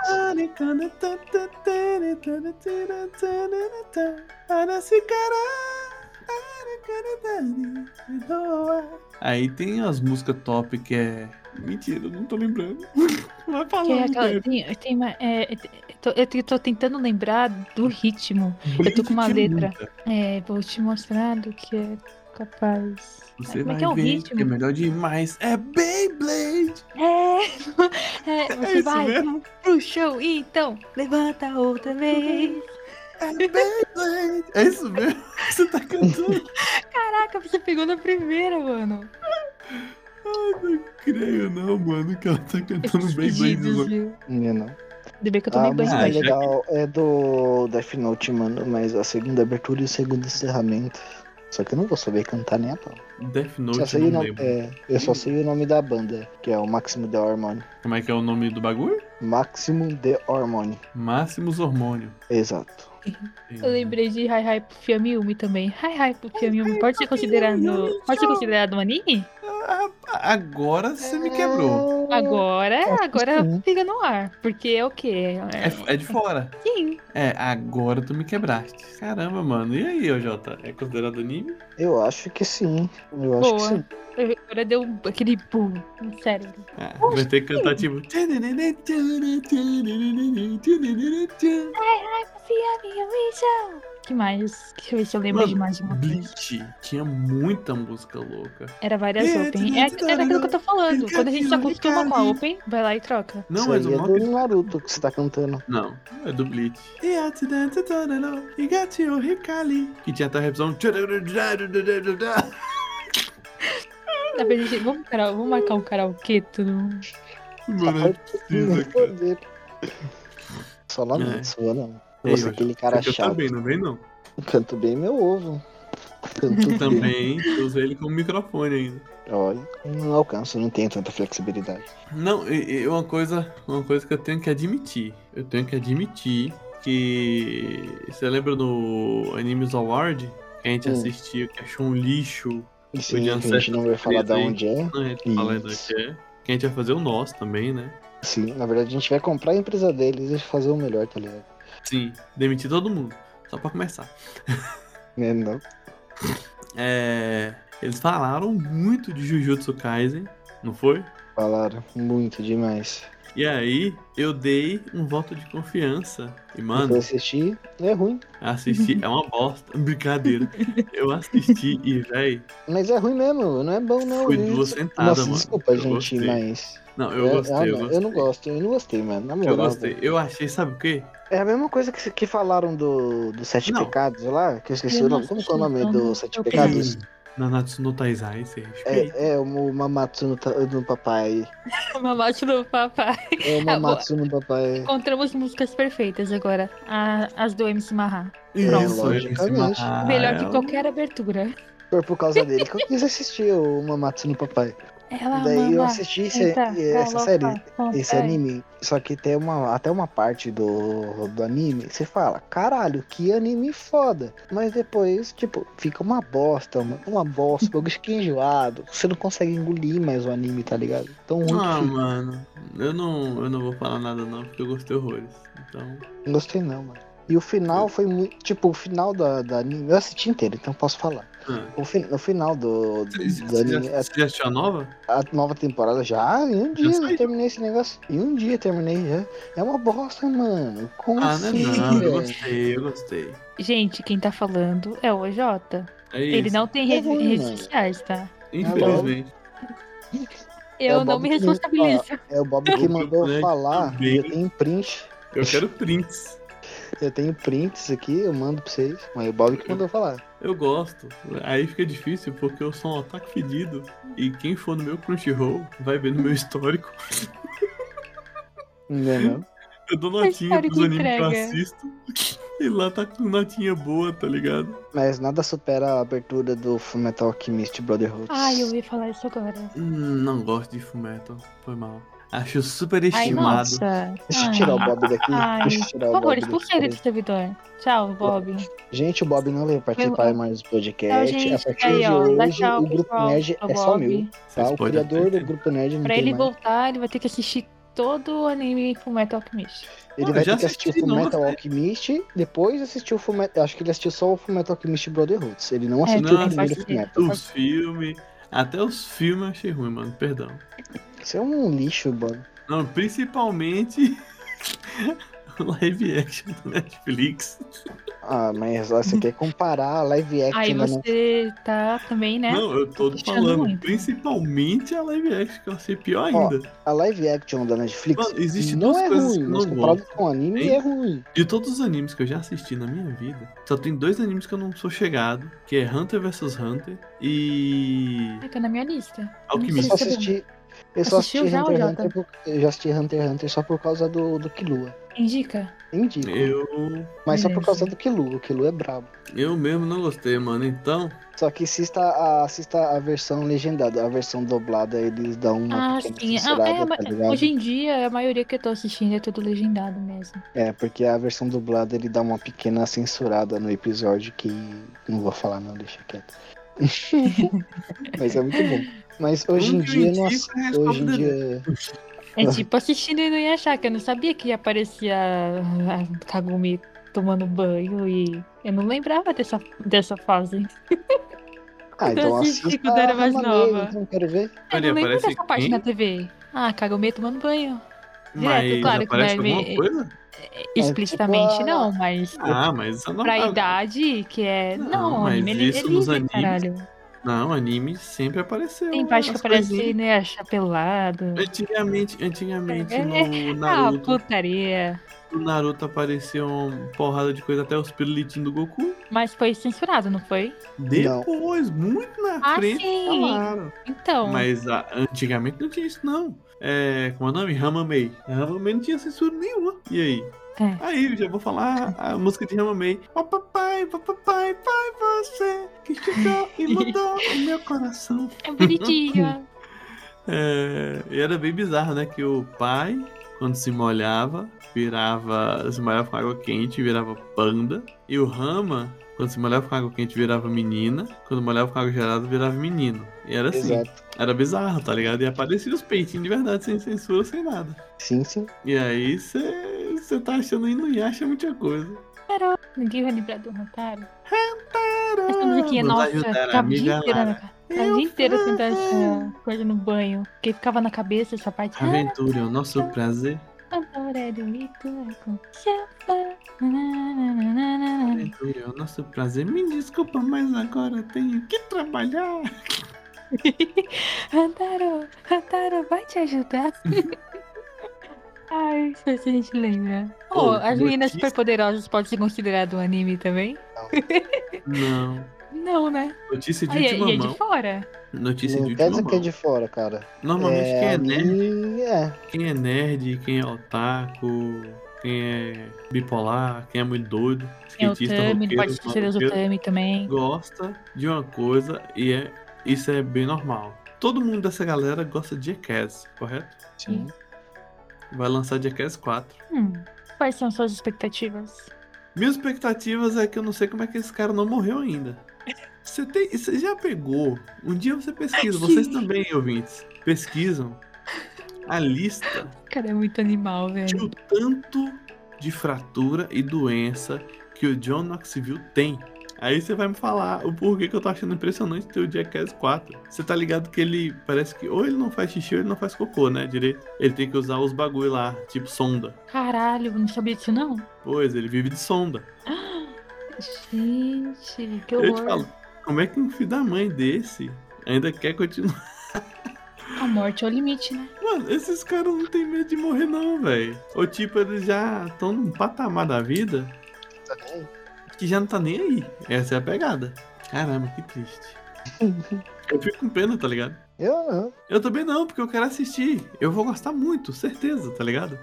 [SPEAKER 2] Aí tem as músicas top que é. Mentira, eu não tô lembrando. Vai
[SPEAKER 4] Que é
[SPEAKER 2] falando.
[SPEAKER 4] aquela-
[SPEAKER 2] velho.
[SPEAKER 4] tem- tem uma- é, é, tô- eu te- tô tentando lembrar do ritmo. eu tô com uma
[SPEAKER 2] Brilho de
[SPEAKER 4] letra.
[SPEAKER 2] tinta.
[SPEAKER 4] É, vou te mostrar do que é capaz.
[SPEAKER 2] Você
[SPEAKER 4] Como é
[SPEAKER 2] vai
[SPEAKER 4] que é o
[SPEAKER 2] ver
[SPEAKER 4] ritmo?
[SPEAKER 2] que é melhor demais. É Beyblade!
[SPEAKER 4] É, é,
[SPEAKER 2] É
[SPEAKER 4] você
[SPEAKER 2] isso
[SPEAKER 4] vai
[SPEAKER 2] mesmo?
[SPEAKER 4] pro show, então levanta outra vez.
[SPEAKER 2] É Beyblade! É isso mesmo? Você tá cantando?
[SPEAKER 4] Caraca, você pegou na primeira, mano.
[SPEAKER 2] Creio não, mano, que ela tá cantando
[SPEAKER 4] Esses
[SPEAKER 2] Beyblade. de
[SPEAKER 4] pedidos,
[SPEAKER 2] novo.
[SPEAKER 4] viu?
[SPEAKER 3] né, Não, não.
[SPEAKER 4] Ainda bem que eu Ah,
[SPEAKER 3] A
[SPEAKER 4] tomei banho.
[SPEAKER 3] música
[SPEAKER 2] banho.
[SPEAKER 3] legal é do Death Note, mano, mas a segunda abertura e o segundo encerramento. Só que eu não vou saber cantar nem a pau.
[SPEAKER 2] Death
[SPEAKER 3] Só
[SPEAKER 2] Note,
[SPEAKER 3] sei
[SPEAKER 2] eu
[SPEAKER 3] o
[SPEAKER 2] não
[SPEAKER 3] nome-
[SPEAKER 2] lembro.
[SPEAKER 3] é, eu só sei o nome da banda, que é o Maximum The Hormone.
[SPEAKER 2] Como é que é o nome do bagulho?
[SPEAKER 3] Maximum The Hormone.
[SPEAKER 2] Máximos Hormônio.
[SPEAKER 3] Exato.
[SPEAKER 4] Eu lembrei de Hi Hi Pufia Miyumi também. Hi Hi Pufia Miyumi pode ser considerado, pode ser considerado um anime?
[SPEAKER 2] Ah, Agora você me quebrou.
[SPEAKER 3] É,
[SPEAKER 4] Agora, agora
[SPEAKER 3] sim.
[SPEAKER 4] fica no ar. Porque é o quê?
[SPEAKER 2] É, f- é de fora.
[SPEAKER 4] Sim.
[SPEAKER 2] É, agora tu me quebraste. Caramba, mano. E aí, OJ? É considerado anime?
[SPEAKER 3] Eu acho que sim. Eu acho que
[SPEAKER 4] Boa.
[SPEAKER 3] sim.
[SPEAKER 4] Agora deu aquele boom no cérebro.
[SPEAKER 2] Ah, vai ter que cantar tipo.
[SPEAKER 4] Pufia Miyumi Show. Que mais? Deixa eu ver se eu lembro
[SPEAKER 2] Mano,
[SPEAKER 4] de mais de uma coisa.
[SPEAKER 2] Bleach tinha muita música louca.
[SPEAKER 4] Era várias
[SPEAKER 2] É,
[SPEAKER 4] open. É, é daquilo que eu tô falando. Quando a gente se acostuma com a open, vai lá e troca.
[SPEAKER 2] Não,
[SPEAKER 3] Isso
[SPEAKER 2] mas o
[SPEAKER 3] aí é
[SPEAKER 2] mal
[SPEAKER 3] do
[SPEAKER 2] que-
[SPEAKER 3] Naruto que você tá cantando.
[SPEAKER 2] Não, é do Bleach. Que tinha até a repetição.
[SPEAKER 4] Na verdade, gente, vamos, cara- vamos marcar um karaokê, todo mundo.
[SPEAKER 2] Mano, é precisa,
[SPEAKER 3] Não
[SPEAKER 2] cara.
[SPEAKER 3] poder. Só lamento,
[SPEAKER 2] É.
[SPEAKER 3] sua não.
[SPEAKER 2] Ei,
[SPEAKER 3] Você é
[SPEAKER 2] Roger,
[SPEAKER 3] aquele cara
[SPEAKER 2] Você canta
[SPEAKER 3] chato.
[SPEAKER 2] bem, não vem não.
[SPEAKER 3] Canto bem meu ovo. Canto bem.
[SPEAKER 2] Também eu usei ele como microfone ainda.
[SPEAKER 3] Olha, não alcanço, não tenho tanta flexibilidade.
[SPEAKER 2] Não, e, e uma coisa, uma coisa que eu tenho que admitir. Eu tenho que admitir que você lembra do Animes Award que a gente
[SPEAKER 3] Hum.
[SPEAKER 2] assistiu, que achou um lixo,
[SPEAKER 3] E sim,
[SPEAKER 2] Podia
[SPEAKER 3] a
[SPEAKER 2] ser
[SPEAKER 3] gente não vai falar
[SPEAKER 2] surpresa,
[SPEAKER 3] da
[SPEAKER 2] hein?
[SPEAKER 3] onde é.
[SPEAKER 2] né? Falando
[SPEAKER 3] Isso.
[SPEAKER 2] que é. Que a gente vai fazer o nosso também, né?
[SPEAKER 3] Sim, na verdade a gente vai comprar a empresa deles e fazer o melhor, tá ligado?
[SPEAKER 2] Sim, demitir todo mundo. Só pra começar.
[SPEAKER 3] Né, não?
[SPEAKER 2] É, eles falaram muito de Jujutsu Kaisen, não foi?
[SPEAKER 3] Falaram muito demais.
[SPEAKER 2] E aí, eu dei um voto de confiança. E,
[SPEAKER 3] Eu
[SPEAKER 2] mano,
[SPEAKER 3] fui assistir, é ruim.
[SPEAKER 2] Assisti, é uma bosta. Brincadeira. Eu assisti e, véi,
[SPEAKER 3] Mas é ruim mesmo, não é bom não.
[SPEAKER 2] foi
[SPEAKER 3] gente.
[SPEAKER 2] duas sentadas,
[SPEAKER 3] Nossa,
[SPEAKER 2] mano.
[SPEAKER 3] desculpa,
[SPEAKER 2] Eu
[SPEAKER 3] gente,
[SPEAKER 2] gostei.
[SPEAKER 3] mas.
[SPEAKER 2] Não, eu
[SPEAKER 3] é-
[SPEAKER 2] gostei,
[SPEAKER 3] ah,
[SPEAKER 2] eu
[SPEAKER 3] não,
[SPEAKER 2] gostei.
[SPEAKER 3] não gosto, eu não gostei, mano. Na moral.
[SPEAKER 2] Eu gostei.
[SPEAKER 3] velho.
[SPEAKER 2] Eu achei, sabe o quê?
[SPEAKER 3] É a mesma coisa que, que falaram do, do Sete
[SPEAKER 2] Não.
[SPEAKER 3] Pecados lá, que eu esqueci
[SPEAKER 4] Eu
[SPEAKER 3] o
[SPEAKER 4] não
[SPEAKER 3] nome. Como que é o
[SPEAKER 4] assisti,
[SPEAKER 3] nome
[SPEAKER 4] então, não-
[SPEAKER 3] do Sete
[SPEAKER 4] eu
[SPEAKER 3] Pecados?
[SPEAKER 2] Nanatsu no Taizai, você respeita.
[SPEAKER 3] É, é o Mamatsu no, ta- no papai.
[SPEAKER 4] Uma bate do papai.
[SPEAKER 3] É o Mamatsu no papai.
[SPEAKER 4] Encontramos músicas perfeitas agora. A- as do MC Marra.
[SPEAKER 3] pronto.
[SPEAKER 2] Isso, eu me
[SPEAKER 3] É,
[SPEAKER 2] amarro.
[SPEAKER 3] Logicamente. Ah,
[SPEAKER 4] Melhor
[SPEAKER 3] é um
[SPEAKER 4] que qualquer abertura.
[SPEAKER 3] Foi por causa dele que eu quis assistir o Mamatsu no papai.
[SPEAKER 4] Ela
[SPEAKER 3] Daí eu
[SPEAKER 4] mama,
[SPEAKER 3] assisti esse-
[SPEAKER 4] senta,
[SPEAKER 3] essa
[SPEAKER 4] coloca,
[SPEAKER 3] série.
[SPEAKER 4] papai.
[SPEAKER 3] Esse anime, só que tem uma, até uma parte do, do anime que você fala, caralho, que anime foda. Mas depois, tipo, fica uma bosta, uma, uma bosta, um bagulho fica enjoado. Você não consegue engolir mais o anime, tá ligado? Tão ruim. que
[SPEAKER 2] Ah,
[SPEAKER 3] fica.
[SPEAKER 2] mano. Eu não, eu não vou falar nada, não, porque eu gostei horrores. Então.
[SPEAKER 3] Não gostei não, mano. E o final foi muito. Tipo, o final da, da anime. Eu assisti inteiro, então posso falar.
[SPEAKER 2] ah.
[SPEAKER 3] O, fi- o final do,
[SPEAKER 2] Você já-
[SPEAKER 3] do
[SPEAKER 2] você já,
[SPEAKER 3] anime. a-
[SPEAKER 2] você já assistiu a nova?
[SPEAKER 3] A nova temporada já? Em um dia
[SPEAKER 2] saiu.
[SPEAKER 3] eu terminei esse negócio. Em um dia eu terminei já. É uma bosta, mano. Como
[SPEAKER 2] Ah, não,
[SPEAKER 3] assim?
[SPEAKER 2] não. Eu
[SPEAKER 3] velho?
[SPEAKER 2] gostei, eu gostei.
[SPEAKER 4] Gente, quem tá falando é o OJ.
[SPEAKER 2] É
[SPEAKER 4] Ele
[SPEAKER 2] isso.
[SPEAKER 4] não tem
[SPEAKER 3] É
[SPEAKER 4] redes,
[SPEAKER 3] ruim,
[SPEAKER 4] redes
[SPEAKER 3] mano.
[SPEAKER 4] sociais, tá?
[SPEAKER 2] Infelizmente.
[SPEAKER 4] Eu
[SPEAKER 3] o
[SPEAKER 4] não
[SPEAKER 3] Bob
[SPEAKER 4] me
[SPEAKER 3] É um que-
[SPEAKER 4] responsabilizo.
[SPEAKER 3] É o Bob
[SPEAKER 2] Eu
[SPEAKER 3] que
[SPEAKER 2] vou
[SPEAKER 3] mandou
[SPEAKER 2] procurar
[SPEAKER 3] eu
[SPEAKER 2] aqui
[SPEAKER 3] falar.
[SPEAKER 2] também.
[SPEAKER 3] Eu tenho print.
[SPEAKER 2] Eu quero prints.
[SPEAKER 3] Eu tenho prints aqui, eu mando pra vocês. Mas o Bob que mandou falar.
[SPEAKER 2] Eu gosto. Aí fica difícil porque eu sou um ataque fedido. E quem for no meu Crunchyroll vai ver no meu histórico.
[SPEAKER 3] Não é não?
[SPEAKER 2] Eu dou notinha
[SPEAKER 4] histórico
[SPEAKER 2] pros animes que eu
[SPEAKER 4] entrega.
[SPEAKER 2] assisto. E lá tá com notinha boa, tá ligado?
[SPEAKER 3] Mas nada supera a abertura do Fullmetal Alchemist Brotherhood.
[SPEAKER 4] Ai, eu ouvi falar isso agora.
[SPEAKER 2] Hum, não gosto de fumetto. Foi mal. Acho super
[SPEAKER 4] Ai,
[SPEAKER 2] estimado.
[SPEAKER 4] nossa.
[SPEAKER 3] Deixa eu
[SPEAKER 4] Ai.
[SPEAKER 3] tirar o Bob daqui.
[SPEAKER 4] Ai,
[SPEAKER 3] Deixa eu tirar
[SPEAKER 4] Por
[SPEAKER 3] o
[SPEAKER 4] favor,
[SPEAKER 3] Bob
[SPEAKER 4] expulsa ele do
[SPEAKER 3] daqui.
[SPEAKER 4] servidor. Tchau, Bob.
[SPEAKER 3] Gente, o Bob não vai participar
[SPEAKER 4] Meu-
[SPEAKER 3] mais do
[SPEAKER 4] Tchau,
[SPEAKER 3] podcast. a
[SPEAKER 4] gente.
[SPEAKER 3] partir
[SPEAKER 4] Aí,
[SPEAKER 3] de
[SPEAKER 4] ó. Dá
[SPEAKER 3] hoje,
[SPEAKER 4] tchau
[SPEAKER 3] o Grupo
[SPEAKER 4] pessoal,
[SPEAKER 3] Nerd
[SPEAKER 4] pro
[SPEAKER 3] é só
[SPEAKER 4] Bob.
[SPEAKER 3] meu. Tá?
[SPEAKER 2] Vocês
[SPEAKER 3] O
[SPEAKER 2] podem
[SPEAKER 3] criador
[SPEAKER 2] até-
[SPEAKER 3] do Grupo Nerd não
[SPEAKER 4] Pra
[SPEAKER 3] tem
[SPEAKER 4] ele
[SPEAKER 3] mais.
[SPEAKER 4] voltar, ele vai ter que assistir todo o anime com Metal Alchemist.
[SPEAKER 3] Ele
[SPEAKER 2] Ah,
[SPEAKER 3] vai
[SPEAKER 2] já
[SPEAKER 3] ter que assistir o
[SPEAKER 2] assisti, não
[SPEAKER 3] Fullmetal
[SPEAKER 2] gostei.
[SPEAKER 3] Alchemist, depois assistir o Fullmetal... Acho que ele assistiu só o Fullmetal Alchemist Brotherhoods. Ele não
[SPEAKER 4] É,
[SPEAKER 3] assistiu
[SPEAKER 2] não
[SPEAKER 3] o primeiro
[SPEAKER 4] assisti.
[SPEAKER 3] Fullmetal.
[SPEAKER 2] Os filmes. Até os filmes eu achei ruim, mano. Perdão.
[SPEAKER 3] Isso é um lixo, mano.
[SPEAKER 2] Não, principalmente o live action do Netflix.
[SPEAKER 3] Ah, mas ó, você quer comparar a live action
[SPEAKER 4] Aí
[SPEAKER 3] da
[SPEAKER 4] você tá também, né?
[SPEAKER 2] Não, eu tô
[SPEAKER 4] Tô achando
[SPEAKER 2] falando.
[SPEAKER 4] ruim.
[SPEAKER 2] Principalmente a live action, que eu achei pior
[SPEAKER 3] Ó,
[SPEAKER 2] ainda.
[SPEAKER 3] A live action da Netflix
[SPEAKER 2] Mano, existe
[SPEAKER 3] não
[SPEAKER 2] duas
[SPEAKER 3] é
[SPEAKER 2] coisas
[SPEAKER 3] ruim,
[SPEAKER 2] que eu
[SPEAKER 3] mas
[SPEAKER 2] não
[SPEAKER 3] comparado
[SPEAKER 2] gosto.
[SPEAKER 3] com anime
[SPEAKER 2] Hein?
[SPEAKER 3] é ruim.
[SPEAKER 2] De todos os animes que eu já assisti na minha vida, só tem dois animes que eu não sou chegado, que é Hunter vs Hunter e.
[SPEAKER 4] Fica Tá na minha lista.
[SPEAKER 3] Eu
[SPEAKER 4] Isso
[SPEAKER 3] só
[SPEAKER 2] Alquimista.
[SPEAKER 4] é bom.
[SPEAKER 3] assisti, eu só assisti
[SPEAKER 4] Assistiu já, tá?
[SPEAKER 3] Hunter x
[SPEAKER 4] Jota?
[SPEAKER 3] Hunter, por, eu já assisti Hunter x Hunter só por causa do, do Killua.
[SPEAKER 4] Indica.
[SPEAKER 3] Indico,
[SPEAKER 2] Eu.
[SPEAKER 3] mas só por
[SPEAKER 4] beleza.
[SPEAKER 3] causa do Killua, o Killua é brabo.
[SPEAKER 2] Eu mesmo não gostei, mano. Então.
[SPEAKER 3] Só que assista a, assista a versão legendada, a versão doblada eles dão uma
[SPEAKER 4] ah,
[SPEAKER 3] pequena
[SPEAKER 4] sim. Ah,
[SPEAKER 3] censurada,
[SPEAKER 4] é, mas
[SPEAKER 3] tá ligado?
[SPEAKER 4] hoje em dia, a maioria que eu tô assistindo é tudo legendado mesmo.
[SPEAKER 3] É, porque a versão dublada ele dá uma pequena censurada no episódio que não vou falar não, deixa quieto. mas é muito bom. Mas hoje em
[SPEAKER 2] Nunca
[SPEAKER 3] dia,
[SPEAKER 2] indico,
[SPEAKER 3] nossa,
[SPEAKER 2] né,
[SPEAKER 3] hoje
[SPEAKER 2] Scooby-Doo.
[SPEAKER 3] em dia
[SPEAKER 4] É tipo assistindo e não ia achar, que eu não sabia que aparecia a Kagumi tomando banho e eu não lembrava dessa, dessa fase.
[SPEAKER 3] Ah, então
[SPEAKER 4] Eu assisti
[SPEAKER 3] assista
[SPEAKER 4] quando era
[SPEAKER 3] a
[SPEAKER 4] mais
[SPEAKER 3] Ramameia,
[SPEAKER 4] nova.
[SPEAKER 3] Então quero ver.
[SPEAKER 4] Eu
[SPEAKER 2] Olha,
[SPEAKER 4] não lembro
[SPEAKER 2] aparece
[SPEAKER 4] dessa parte
[SPEAKER 2] quem?
[SPEAKER 4] na TV. Ah, Kagumi tomando banho.
[SPEAKER 2] Mas
[SPEAKER 4] claro que
[SPEAKER 2] aparece
[SPEAKER 4] não é
[SPEAKER 2] alguma
[SPEAKER 4] me-
[SPEAKER 2] coisa?
[SPEAKER 4] Explicitamente
[SPEAKER 3] tipo É a-
[SPEAKER 4] não, mas
[SPEAKER 2] Ah, mas isso é
[SPEAKER 4] pra
[SPEAKER 2] normal.
[SPEAKER 4] idade que é.
[SPEAKER 2] Não,
[SPEAKER 4] Não, o
[SPEAKER 2] mas
[SPEAKER 4] anime ele,
[SPEAKER 2] isso
[SPEAKER 4] ele
[SPEAKER 2] nos
[SPEAKER 4] livre,
[SPEAKER 2] animes
[SPEAKER 4] caralho.
[SPEAKER 2] Não, anime sempre apareceu.
[SPEAKER 4] Tem parte que
[SPEAKER 2] as
[SPEAKER 4] aparece,
[SPEAKER 2] coisinhas.
[SPEAKER 4] né, achapelado.
[SPEAKER 2] Antigamente, antigamente
[SPEAKER 4] É.
[SPEAKER 2] no
[SPEAKER 4] Ah,
[SPEAKER 2] Naruto,
[SPEAKER 4] putaria.
[SPEAKER 2] no Naruto apareceu uma porrada de coisa, até os pirlitinhos do Goku.
[SPEAKER 4] Mas foi censurado, não foi?
[SPEAKER 2] Depois, muito na
[SPEAKER 4] Ah,
[SPEAKER 2] frente,
[SPEAKER 4] sim.
[SPEAKER 2] falaram.
[SPEAKER 4] Então.
[SPEAKER 2] tá Mas a- antigamente não tinha isso, não. É, como é o nome? Ramamei. Ramamei não tinha censura nenhuma. E aí?
[SPEAKER 4] É.
[SPEAKER 2] Aí eu já vou falar a música de Ramamei. Ó papai, papai, pai você que chegou e mudou o meu coração.
[SPEAKER 4] É bonitinho.
[SPEAKER 2] É, e era bem bizarro, né? Que o pai, quando se molhava, virava. Se molhava com água quente, virava panda. E o Rama, quando se molhava com água quente, virava menina. Quando molhava com água gelada, virava menino. E era assim.
[SPEAKER 3] Exato.
[SPEAKER 2] Era bizarro, tá ligado? E aparecia os peitinhos de verdade, sem censura, sem nada.
[SPEAKER 3] Sim, sim.
[SPEAKER 2] E aí você tá achando e não acha muita coisa.
[SPEAKER 4] Ninguém vai lembrar do Rantaro. Essa musiquinha,
[SPEAKER 2] Vamos
[SPEAKER 4] nossa,
[SPEAKER 2] ajudar a
[SPEAKER 4] ficava o dia
[SPEAKER 2] tá amiga
[SPEAKER 4] inteiro na
[SPEAKER 2] Lara.
[SPEAKER 4] ca- ficava o dia inteiro tentando essa coisa no banho. Porque ficava na cabeça essa parte. Ah,
[SPEAKER 2] Aventura, é o nosso prazer.
[SPEAKER 4] amor é do mito, é com chapa. Nananana.
[SPEAKER 2] Aventura, é o nosso prazer. Me desculpa, mas agora eu tenho que trabalhar.
[SPEAKER 4] Rantaro, Rantaro, vai te ajudar. Ai, se a gente lembra.
[SPEAKER 2] Oh,
[SPEAKER 4] Oh, as meninas
[SPEAKER 2] notícia.
[SPEAKER 4] superpoderosas podem ser consideradas um anime também?
[SPEAKER 2] Não.
[SPEAKER 4] Não, né?
[SPEAKER 2] Notícia de
[SPEAKER 4] Aí,
[SPEAKER 2] última
[SPEAKER 4] aí é
[SPEAKER 2] mão.
[SPEAKER 4] de fora.
[SPEAKER 2] Notícia
[SPEAKER 3] Não
[SPEAKER 2] de
[SPEAKER 3] quer
[SPEAKER 2] última
[SPEAKER 3] dizer
[SPEAKER 2] mão.
[SPEAKER 3] que é de fora, cara.
[SPEAKER 2] Normalmente quem é nerd,
[SPEAKER 3] anime, é.
[SPEAKER 2] quem é nerd, quem é otaku, quem é bipolar, quem é muito doido,
[SPEAKER 4] Tem o
[SPEAKER 2] skatista,
[SPEAKER 4] Tami,
[SPEAKER 2] roqueiro,
[SPEAKER 4] pode ser o
[SPEAKER 2] maloqueiro,
[SPEAKER 4] Tami também.
[SPEAKER 2] gosta de uma coisa e é, isso é bem normal. Todo mundo dessa galera gosta de Jackass, correto?
[SPEAKER 3] Sim.
[SPEAKER 2] Vai lançar Jackass 4.
[SPEAKER 4] Hum, quais são suas expectativas?
[SPEAKER 2] Minhas expectativas é que eu não sei como é que esse cara não morreu ainda. Você, tem, você já pegou? Um dia você pesquisa, vocês também, ouvintes, pesquisam a lista
[SPEAKER 4] Cara, é muito animal,
[SPEAKER 2] de
[SPEAKER 4] velho.
[SPEAKER 2] o tanto de fratura e doença que o John Knoxville tem. Aí você vai me falar o porquê que eu tô achando impressionante ter o Jackass 4. Você tá ligado que ele parece que ou ele não faz xixi ou ele não faz cocô, né? Direito. Ele tem que usar os bagulho lá, tipo sonda.
[SPEAKER 4] Caralho, eu não sabia disso não.
[SPEAKER 2] Pois, ele vive de sonda.
[SPEAKER 4] Gente, que
[SPEAKER 2] Eu te
[SPEAKER 4] horror.
[SPEAKER 2] falo, como é que um filho da mãe desse ainda quer continuar?
[SPEAKER 4] A morte é o limite, né?
[SPEAKER 2] Mano, esses caras não tem medo de morrer, não, velho. Ou tipo, eles já estão num patamar da vida
[SPEAKER 3] Tá bem.
[SPEAKER 2] que já não tá nem aí. Essa é a pegada. Caramba, que triste. eu fico com pena, tá ligado?
[SPEAKER 3] Eu não.
[SPEAKER 2] Eu também não, porque eu quero assistir. Eu vou gostar muito, certeza, tá ligado?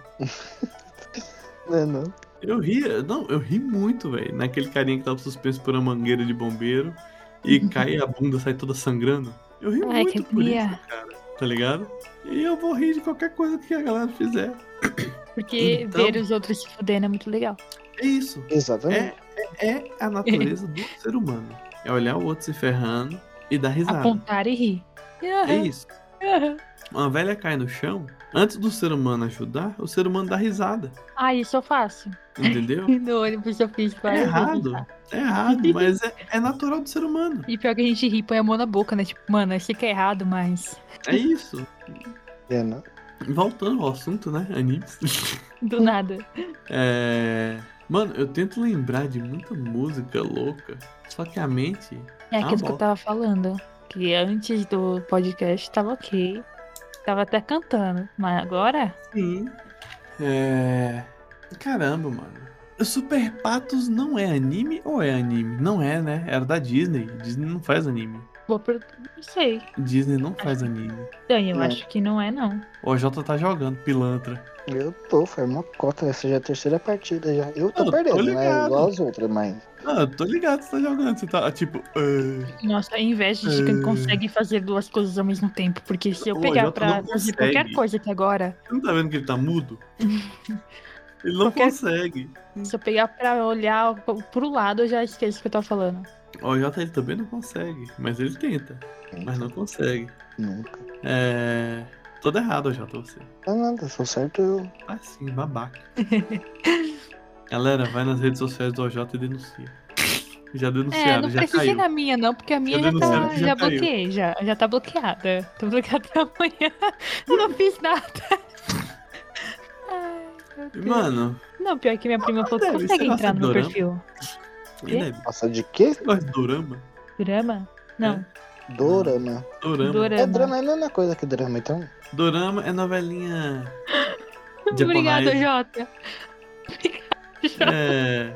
[SPEAKER 3] Não, não.
[SPEAKER 2] Eu ri, não, eu ri muito, velho. Naquele carinha que tava suspenso por uma mangueira de bombeiro e cai a bunda, sai toda sangrando. Eu ri
[SPEAKER 4] Uhum. Ai, que
[SPEAKER 2] muito por
[SPEAKER 4] agonia.
[SPEAKER 2] isso, cara. Tá ligado? E eu vou rir de qualquer coisa que a galera fizer.
[SPEAKER 4] Porque
[SPEAKER 2] Então-
[SPEAKER 4] ver os outros se fudendo é muito legal.
[SPEAKER 2] É isso.
[SPEAKER 3] Exatamente.
[SPEAKER 2] É, é, é a natureza do ser humano. É olhar o outro se ferrando e dar risada.
[SPEAKER 4] Apontar e rir.
[SPEAKER 2] É isso. Uma velha cai no chão, antes do ser humano ajudar, o ser humano dá risada.
[SPEAKER 4] Ah, isso eu faço.
[SPEAKER 2] Entendeu?
[SPEAKER 4] No ônibus eu fiz
[SPEAKER 2] É
[SPEAKER 4] várias
[SPEAKER 2] errado.
[SPEAKER 4] vezes.
[SPEAKER 2] É errado, mas é, é natural do ser humano.
[SPEAKER 4] E pior que a gente ri, põe a mão na boca, né? Tipo, mano, achei que é errado, mas.
[SPEAKER 2] É isso.
[SPEAKER 3] É, não.
[SPEAKER 2] Voltando ao assunto, né? Animes.
[SPEAKER 4] Do nada.
[SPEAKER 2] É. Mano, eu tento lembrar de muita música louca, só que a mente.
[SPEAKER 4] É
[SPEAKER 2] Ah,
[SPEAKER 4] aquilo que
[SPEAKER 2] bom.
[SPEAKER 4] eu tava falando. Que antes do podcast tava ok. Tava até cantando. Mas agora.
[SPEAKER 2] Sim. É. Caramba, mano. Super Patos não é anime ou é anime? Não é, né? Era da Disney. Disney não faz anime.
[SPEAKER 4] Vou pro... Não sei.
[SPEAKER 2] Disney não faz anime.
[SPEAKER 4] Dan, eu
[SPEAKER 3] Não.
[SPEAKER 4] acho que não é, não.
[SPEAKER 2] O Jota tá jogando, pilantra.
[SPEAKER 3] Eu tô, foi uma cota. Essa já é a terceira partida já. Eu tô
[SPEAKER 2] Eu tô
[SPEAKER 3] perdendo, né?
[SPEAKER 2] ligado.
[SPEAKER 3] Igual as outras, mas.
[SPEAKER 2] Ah, eu tô ligado, você tá jogando. Você tá tipo. ah,
[SPEAKER 4] Nossa, a inveja de
[SPEAKER 2] É.
[SPEAKER 4] quem consegue fazer duas coisas ao mesmo tempo. Porque se eu
[SPEAKER 2] O
[SPEAKER 4] pegar
[SPEAKER 2] Jota
[SPEAKER 4] pra
[SPEAKER 2] não
[SPEAKER 4] fazer
[SPEAKER 2] tá consegue.
[SPEAKER 4] qualquer coisa aqui agora,
[SPEAKER 2] Você não tá vendo que ele tá mudo? Ele não
[SPEAKER 4] Qualquer-
[SPEAKER 2] consegue.
[SPEAKER 4] se eu pegar pra olhar pro lado, eu já esqueço o que eu tava falando.
[SPEAKER 2] O Jota ele também não consegue, mas ele tenta, mas não consegue.
[SPEAKER 3] Nunca.
[SPEAKER 2] É. Todo errado, Jota, você.
[SPEAKER 3] Não, é nada, sou certo eu.
[SPEAKER 2] assim, Ah, sim, babaca. Galera, vai nas redes sociais do OJ e denuncia. Já
[SPEAKER 4] É,
[SPEAKER 2] denunciaram,
[SPEAKER 4] não
[SPEAKER 2] já
[SPEAKER 4] precisa ir
[SPEAKER 2] caiu.
[SPEAKER 4] na minha, não, porque a minha já,
[SPEAKER 2] denunciaram
[SPEAKER 4] tá,
[SPEAKER 2] que
[SPEAKER 4] já,
[SPEAKER 2] já caiu.
[SPEAKER 4] bloqueei, já, já tá bloqueada. Tô bloqueada até amanhã. Eu não fiz nada. Ai, meu Deus.
[SPEAKER 2] Mano, Ah,
[SPEAKER 4] Não, pior que minha prima falou que
[SPEAKER 2] deve,
[SPEAKER 4] consegue
[SPEAKER 2] será
[SPEAKER 4] entrar no meu
[SPEAKER 2] cenoura?
[SPEAKER 4] perfil.
[SPEAKER 2] e deve.
[SPEAKER 3] Nossa, de quê?
[SPEAKER 2] Você gosta é de dorama?
[SPEAKER 4] Drama?
[SPEAKER 2] É
[SPEAKER 4] Não,
[SPEAKER 3] Dorama.
[SPEAKER 2] Dorama.
[SPEAKER 4] dorama.
[SPEAKER 3] É drama, é a mesma coisa que drama, então.
[SPEAKER 2] Dorama é novelinha.
[SPEAKER 4] Obrigada,
[SPEAKER 2] japonesa.
[SPEAKER 4] Jota.
[SPEAKER 2] É.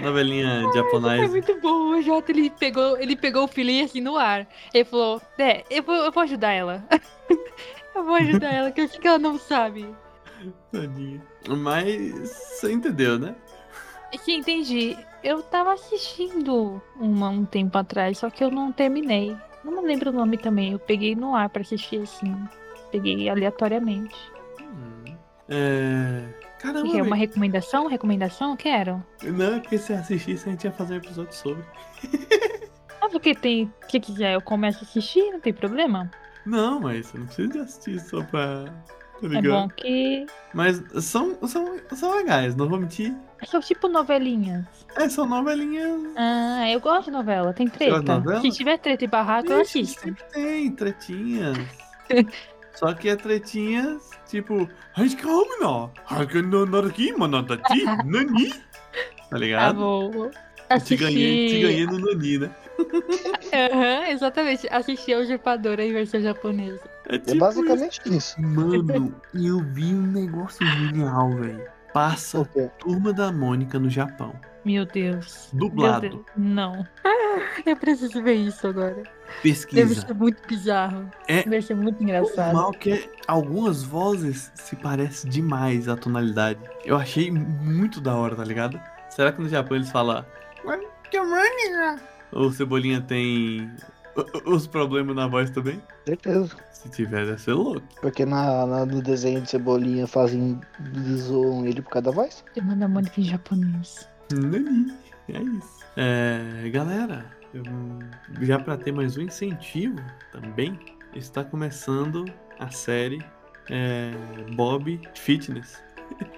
[SPEAKER 2] Novelinha
[SPEAKER 4] Foi
[SPEAKER 2] japonesa.
[SPEAKER 4] é muito bom, o Jota, ele pegou, ele pegou o filhinho assim no ar. Ele falou, Dé, eu vou, eu vou ajudar ela. eu vou ajudar ela, que eu sei que ela não sabe.
[SPEAKER 2] Tadinha. Mas você entendeu, né?
[SPEAKER 4] Sim, entendi. Eu tava assistindo uma um tempo atrás, só que eu não terminei. Não me lembro o nome também, eu peguei no ar pra assistir assim. Peguei aleatoriamente.
[SPEAKER 2] Hum. É.
[SPEAKER 4] Você
[SPEAKER 2] Caramba,
[SPEAKER 4] quer
[SPEAKER 2] velho.
[SPEAKER 4] uma recomendação? Recomendação? Quero.
[SPEAKER 2] não, é porque se assistisse a gente ia fazer um episódio sobre.
[SPEAKER 4] Ah, porque tem. Se quiser, eu começo a assistir, não tem problema.
[SPEAKER 2] Não, mas você não precisa de assistir só pra. Tá
[SPEAKER 4] É
[SPEAKER 2] ligado?
[SPEAKER 4] bom que.
[SPEAKER 2] Mas são, são, são legais, não vou mentir.
[SPEAKER 4] São tipo novelinhas.
[SPEAKER 2] É, são novelinhas.
[SPEAKER 4] Ah, eu gosto de novela, tem
[SPEAKER 2] gosta de
[SPEAKER 4] treta.
[SPEAKER 2] novela?
[SPEAKER 4] Se tiver treta e barraco, eu
[SPEAKER 2] Ixi,
[SPEAKER 4] assisto.
[SPEAKER 2] sempre tem, tretinhas. Só que é tretinhas, tipo, Hashkaomina, Hakanonarki, Manatati, Nani. Tá
[SPEAKER 4] Tá
[SPEAKER 2] ligado?
[SPEAKER 4] bom.
[SPEAKER 2] te
[SPEAKER 4] Assisti.
[SPEAKER 2] ganhei, te ganhei no Nani, né?
[SPEAKER 4] Aham, exatamente. Assisti a usurpadora em versão japonesa.
[SPEAKER 2] É
[SPEAKER 3] É
[SPEAKER 2] tipo isso.
[SPEAKER 3] basicamente isso.
[SPEAKER 2] Mano, eu vi um negócio genial, velho. Passa
[SPEAKER 3] Porque
[SPEAKER 2] Turma da Mônica no Japão.
[SPEAKER 4] Meu Deus.
[SPEAKER 2] Dublado.
[SPEAKER 4] Meu Deus. Não. Ah, Eu preciso ver isso agora. Deve
[SPEAKER 2] Pesquisa.
[SPEAKER 4] ser muito bizarro.
[SPEAKER 2] É.
[SPEAKER 4] Deve ser muito
[SPEAKER 2] O
[SPEAKER 4] engraçado.
[SPEAKER 2] mal que é, algumas vozes se parecem demais à tonalidade. Eu achei muito da hora, tá ligado? Será que no Japão eles falam. Ou Cebolinha tem o- o- os problemas na voz também?
[SPEAKER 3] certeza.
[SPEAKER 2] Se tiver, deve ser louco.
[SPEAKER 3] Porque na, na- no desenho de Cebolinha fazem. zoam ele por causa da voz.
[SPEAKER 4] Eu mando a Mônica em japonês.
[SPEAKER 2] Nani. É isso. É, galera, eu- já pra ter mais um incentivo também, está começando a série é, Bob Fitness.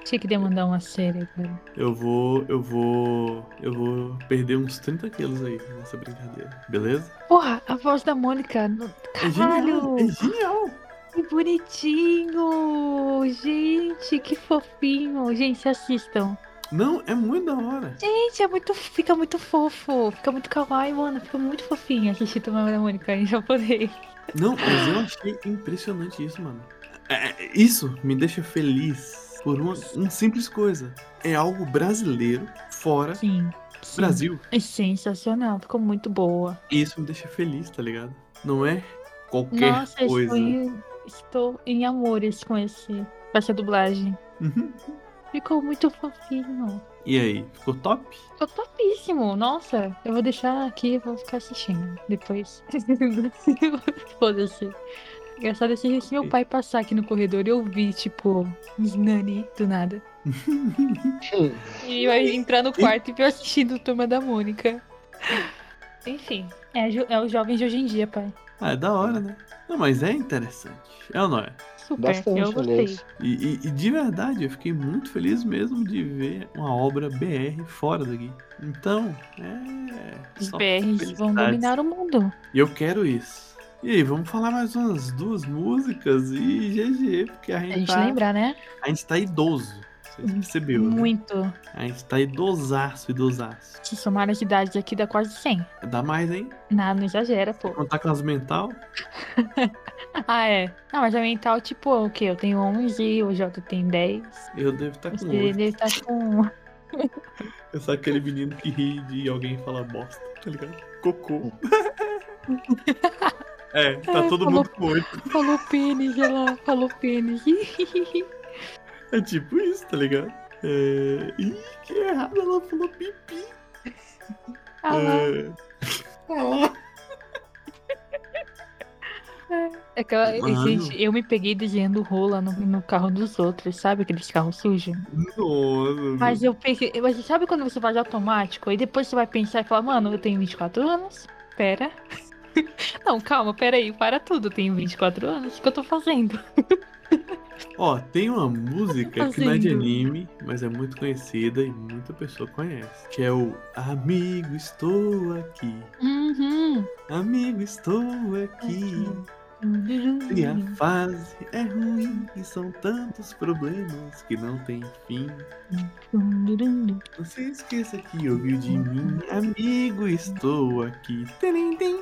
[SPEAKER 4] Tinha que demandar uma série agora.
[SPEAKER 2] Eu vou, eu vou, eu vou perder uns 30 quilos aí nessa brincadeira, beleza?
[SPEAKER 4] Porra, a voz da Mônica. no-
[SPEAKER 2] É genial,
[SPEAKER 4] Caralho!
[SPEAKER 2] é genial.
[SPEAKER 4] Que bonitinho! Gente, que fofinho! Gente, assistam.
[SPEAKER 2] Não, é muito da hora.
[SPEAKER 4] Gente, é muito, fica muito fofo. Fica muito kawaii, mano. Fica muito fofinho assistir Turma da Mônica em japonês.
[SPEAKER 2] Não, mas eu achei impressionante isso, mano. É, é, isso me deixa feliz por uma, uma simples coisa. É algo brasileiro fora do
[SPEAKER 4] Sim. sim.
[SPEAKER 2] Brasil.
[SPEAKER 4] É sensacional. Ficou muito boa.
[SPEAKER 2] E isso me deixa feliz, tá ligado? Não é qualquer
[SPEAKER 4] Nossa,
[SPEAKER 2] coisa.
[SPEAKER 4] estou em, estou em amores com esse, com essa dublagem.
[SPEAKER 2] Uhum.
[SPEAKER 4] Ficou muito fofinho.
[SPEAKER 2] E aí, ficou top?
[SPEAKER 4] Ficou topíssimo. Nossa, eu vou deixar aqui e vou ficar assistindo depois. Foda-se. Engraçado assim, se meu pai passar aqui no corredor e eu ouvir, tipo, uns nani do nada. E vai entrar no quarto e vai assistindo Turma da Mônica. Enfim, é, jo- é os jovens de hoje em dia, pai.
[SPEAKER 2] Ah, é da hora, né? Não, mas é interessante. É ou não é?
[SPEAKER 4] Super,
[SPEAKER 3] Bastante,
[SPEAKER 4] eu gostei.
[SPEAKER 3] aliás.
[SPEAKER 2] E, e- e de verdade, eu fiquei muito feliz mesmo de ver uma obra BR fora daqui. Então, é.
[SPEAKER 4] Os
[SPEAKER 2] só
[SPEAKER 4] BRs vão
[SPEAKER 2] felicidades.
[SPEAKER 4] dominar o mundo.
[SPEAKER 2] E eu quero isso. E aí, vamos falar mais umas duas músicas e GG, porque a gente,
[SPEAKER 4] A gente
[SPEAKER 2] tá,
[SPEAKER 4] lembrar, né?
[SPEAKER 2] a gente tá idoso. Você percebeu, né?
[SPEAKER 4] Muito.
[SPEAKER 2] A gente tá idosaço, idosaço.
[SPEAKER 4] Se somar as idades aqui dá quase 100.
[SPEAKER 2] Dá mais, hein?
[SPEAKER 4] Não, não exagera, pô.
[SPEAKER 2] Contar com as mental.
[SPEAKER 4] Ah, é. Não, mas a mental, tipo, o quê? Eu tenho 11, o Jota tem 10.
[SPEAKER 2] Eu devo estar com
[SPEAKER 4] Você
[SPEAKER 2] oito.
[SPEAKER 4] deve estar com... um.
[SPEAKER 2] Eu sou É aquele menino que ri de alguém falar bosta, tá ligado? Cocô. é, tá
[SPEAKER 4] É,
[SPEAKER 2] todo
[SPEAKER 4] falou-
[SPEAKER 2] mundo com oito.
[SPEAKER 4] Falou pênis, olha lá. Falou pênis.
[SPEAKER 2] É tipo isso, tá ligado? É... Ih, que errado, ela falou pipi.
[SPEAKER 4] Ah, lá.
[SPEAKER 2] É... Ah lá.
[SPEAKER 4] É que eu,
[SPEAKER 2] Mano.
[SPEAKER 4] gente, eu me peguei desenhando rola no, no carro dos outros, sabe? Aqueles carros sujos.
[SPEAKER 2] Hum. Nossa.
[SPEAKER 4] Mas eu pensei... Mas sabe quando você faz automático? Aí depois você vai pensar e falar, mano, eu tenho 24 anos. Pera. Não, calma, pera aí. Para tudo. Eu tenho 24 anos. O que eu tô fazendo?
[SPEAKER 2] Ó, tem uma música que não é de
[SPEAKER 4] Fazendo.
[SPEAKER 2] anime, mas é muito conhecida e muita pessoa conhece. Que é o Amigo, estou aqui.
[SPEAKER 4] Uhum.
[SPEAKER 2] Amigo, estou aqui. E a
[SPEAKER 4] Uhum.
[SPEAKER 2] fase é ruim e são tantos problemas que não tem fim. Não se esqueça que ouviu de mim, amigo, estou aqui. Terim, tim.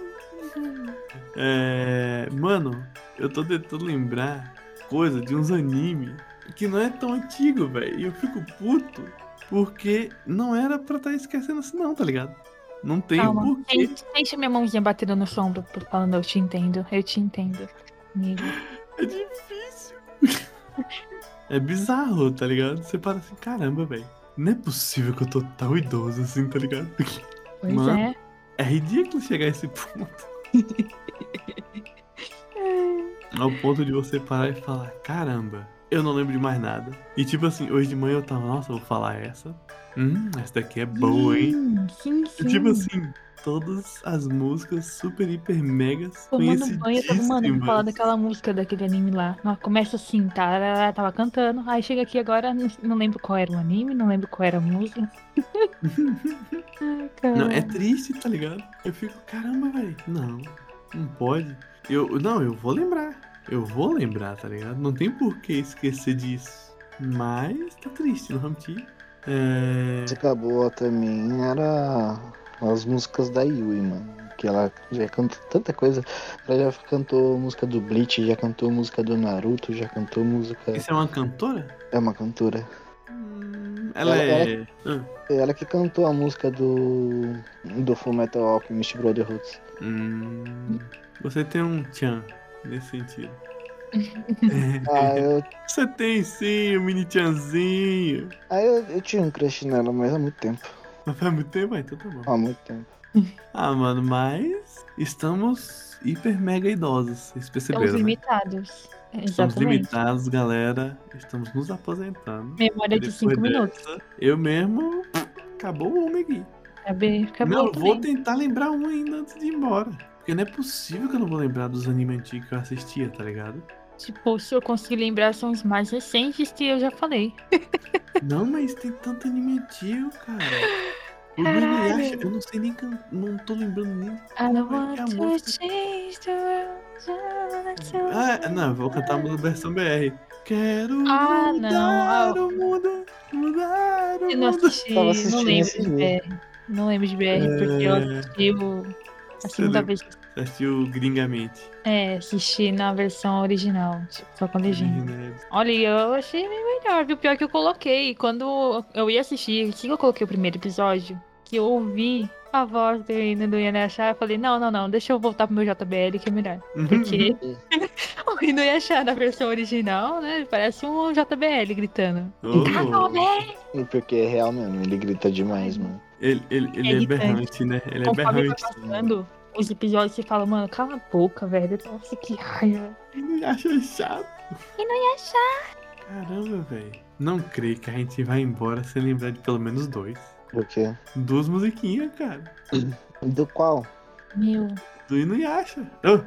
[SPEAKER 2] É, mano, eu tô tentando lembrar coisa de uns anime que não é tão antigo, velho. E eu fico puto porque não era pra estar esquecendo assim, não, tá ligado? Não tem
[SPEAKER 4] Calma,
[SPEAKER 2] porquê.
[SPEAKER 4] sente, sente minha mãozinha batendo no seu ombro, por- falando eu te entendo, eu te entendo. Amigo.
[SPEAKER 2] É difícil. é bizarro, tá ligado? Você para assim, caramba, velho. Não é possível que eu tô tão idoso assim, tá ligado?
[SPEAKER 4] Pois
[SPEAKER 2] Mano.
[SPEAKER 4] é.
[SPEAKER 2] É ridículo chegar a esse ponto. Ao ponto de você parar e falar, caramba, eu não lembro de mais nada. E tipo assim, hoje de manhã eu tava, nossa, eu vou falar essa. Hum, essa daqui é boa, hein?
[SPEAKER 4] Hum, Sim,
[SPEAKER 2] E
[SPEAKER 4] sim.
[SPEAKER 2] tipo assim, todas as músicas super, hiper, megas
[SPEAKER 4] Tomando banho, eu tava, mano, vou falar
[SPEAKER 2] conhecidíssimas.
[SPEAKER 4] daquela música daquele anime lá. Nossa, Começa assim, tá? Tava cantando. Aí chega aqui agora, não- não lembro qual era o anime, não lembro qual era a música. Ai, cara.
[SPEAKER 2] Não, é triste, tá ligado? Eu fico, caramba, velho. Não, não pode. Eu, não, eu vou lembrar. Eu vou lembrar, tá ligado? Não tem por que esquecer disso. Mas tá triste, não vamos te- É.
[SPEAKER 3] música boa também era as músicas da Yui, mano. Que ela já canta tanta coisa. Ela já cantou música do Bleach, já cantou música do Naruto, já cantou música.
[SPEAKER 2] Isso é uma cantora?
[SPEAKER 3] É uma cantora.
[SPEAKER 2] Hum, Ela
[SPEAKER 3] Ela-
[SPEAKER 2] é.
[SPEAKER 3] É Ela que cantou a música do. do Full Metal Alchemist Brotherhood.
[SPEAKER 2] Hum, você tem um tchan nesse sentido. É.
[SPEAKER 3] Ah, eu,
[SPEAKER 2] Você tem sim, um mini tchanzinho.
[SPEAKER 3] ah, eu, eu tinha um crush nela, mas há muito tempo.
[SPEAKER 2] Mas faz muito tempo, ah, então tá bom.
[SPEAKER 3] Há muito tempo.
[SPEAKER 2] Ah, mano, mas estamos hiper mega idosos. Vocês
[SPEAKER 4] Estamos
[SPEAKER 2] perceberam, né?
[SPEAKER 4] limitados.
[SPEAKER 2] Estamos
[SPEAKER 4] Exatamente.
[SPEAKER 2] limitados, galera. Estamos nos aposentando.
[SPEAKER 4] Memória de
[SPEAKER 2] Depois
[SPEAKER 4] 5 minutos.
[SPEAKER 2] dessa, Eu mesmo. Acabou o homem aqui.
[SPEAKER 4] Cabe-
[SPEAKER 2] não,
[SPEAKER 4] tá Acabou
[SPEAKER 2] eu
[SPEAKER 4] também.
[SPEAKER 2] vou tentar lembrar um ainda antes de ir embora. Porque não é possível que eu não vou lembrar dos animes antigos que eu assistia, tá ligado?
[SPEAKER 4] Tipo, se eu conseguir lembrar, são os mais recentes que eu já falei.
[SPEAKER 2] não, mas tem tanto anime antigo, cara. O
[SPEAKER 4] Caralho.
[SPEAKER 2] Inuyasha, eu não sei nem can... Não tô lembrando nem.
[SPEAKER 4] I don't
[SPEAKER 2] Como é
[SPEAKER 4] want
[SPEAKER 2] que é a
[SPEAKER 4] to
[SPEAKER 2] música?
[SPEAKER 4] change the world. just to-
[SPEAKER 2] Ah, não, eu vou cantar a música versão BR. Quero
[SPEAKER 4] Ah, não.
[SPEAKER 2] mudar
[SPEAKER 4] Ah,
[SPEAKER 2] o mundo, mudar o
[SPEAKER 4] Eu não
[SPEAKER 2] mundo.
[SPEAKER 4] assisti,
[SPEAKER 3] Tava
[SPEAKER 4] não
[SPEAKER 3] assistindo
[SPEAKER 4] lembro
[SPEAKER 3] esses
[SPEAKER 4] de BR. Não lembro de BR, porque eu assisti o, a
[SPEAKER 2] É. Você
[SPEAKER 4] segunda vez.
[SPEAKER 2] assistiu Gringamente.
[SPEAKER 4] É, assisti na versão original, tipo, só com a legenda.
[SPEAKER 2] Originais.
[SPEAKER 4] Olha, eu achei bem melhor, viu? Pior que eu coloquei. Quando eu ia assistir, assim que eu coloquei o primeiro episódio, que eu ouvi a voz do
[SPEAKER 2] é
[SPEAKER 4] Ina do Yanachá, eu falei, não, não, não, deixa eu voltar pro meu JBL que é melhor. Porque o Inuyasha na versão original, né? Parece um JBL gritando.
[SPEAKER 2] Ô,
[SPEAKER 4] Tá Kagome!
[SPEAKER 3] E Porque é real mesmo, ele grita demais, mano.
[SPEAKER 2] ele, ele,
[SPEAKER 4] É
[SPEAKER 2] ele é
[SPEAKER 4] irritante.
[SPEAKER 2] berrante, né? Ele é
[SPEAKER 4] Conforme vai
[SPEAKER 2] berrante.
[SPEAKER 4] passando os episódios, você fala, mano, cala a boca, velho. Nossa, que raiva.
[SPEAKER 2] Ele acha chato.
[SPEAKER 4] Inuyasha!
[SPEAKER 2] Caramba, velho. Não creio que a gente vai embora sem lembrar de pelo menos dois.
[SPEAKER 3] Do quê?
[SPEAKER 2] Duas musiquinhas, cara.
[SPEAKER 3] Do qual?
[SPEAKER 4] Meu.
[SPEAKER 2] Do Inuyasha. Oh.
[SPEAKER 3] Do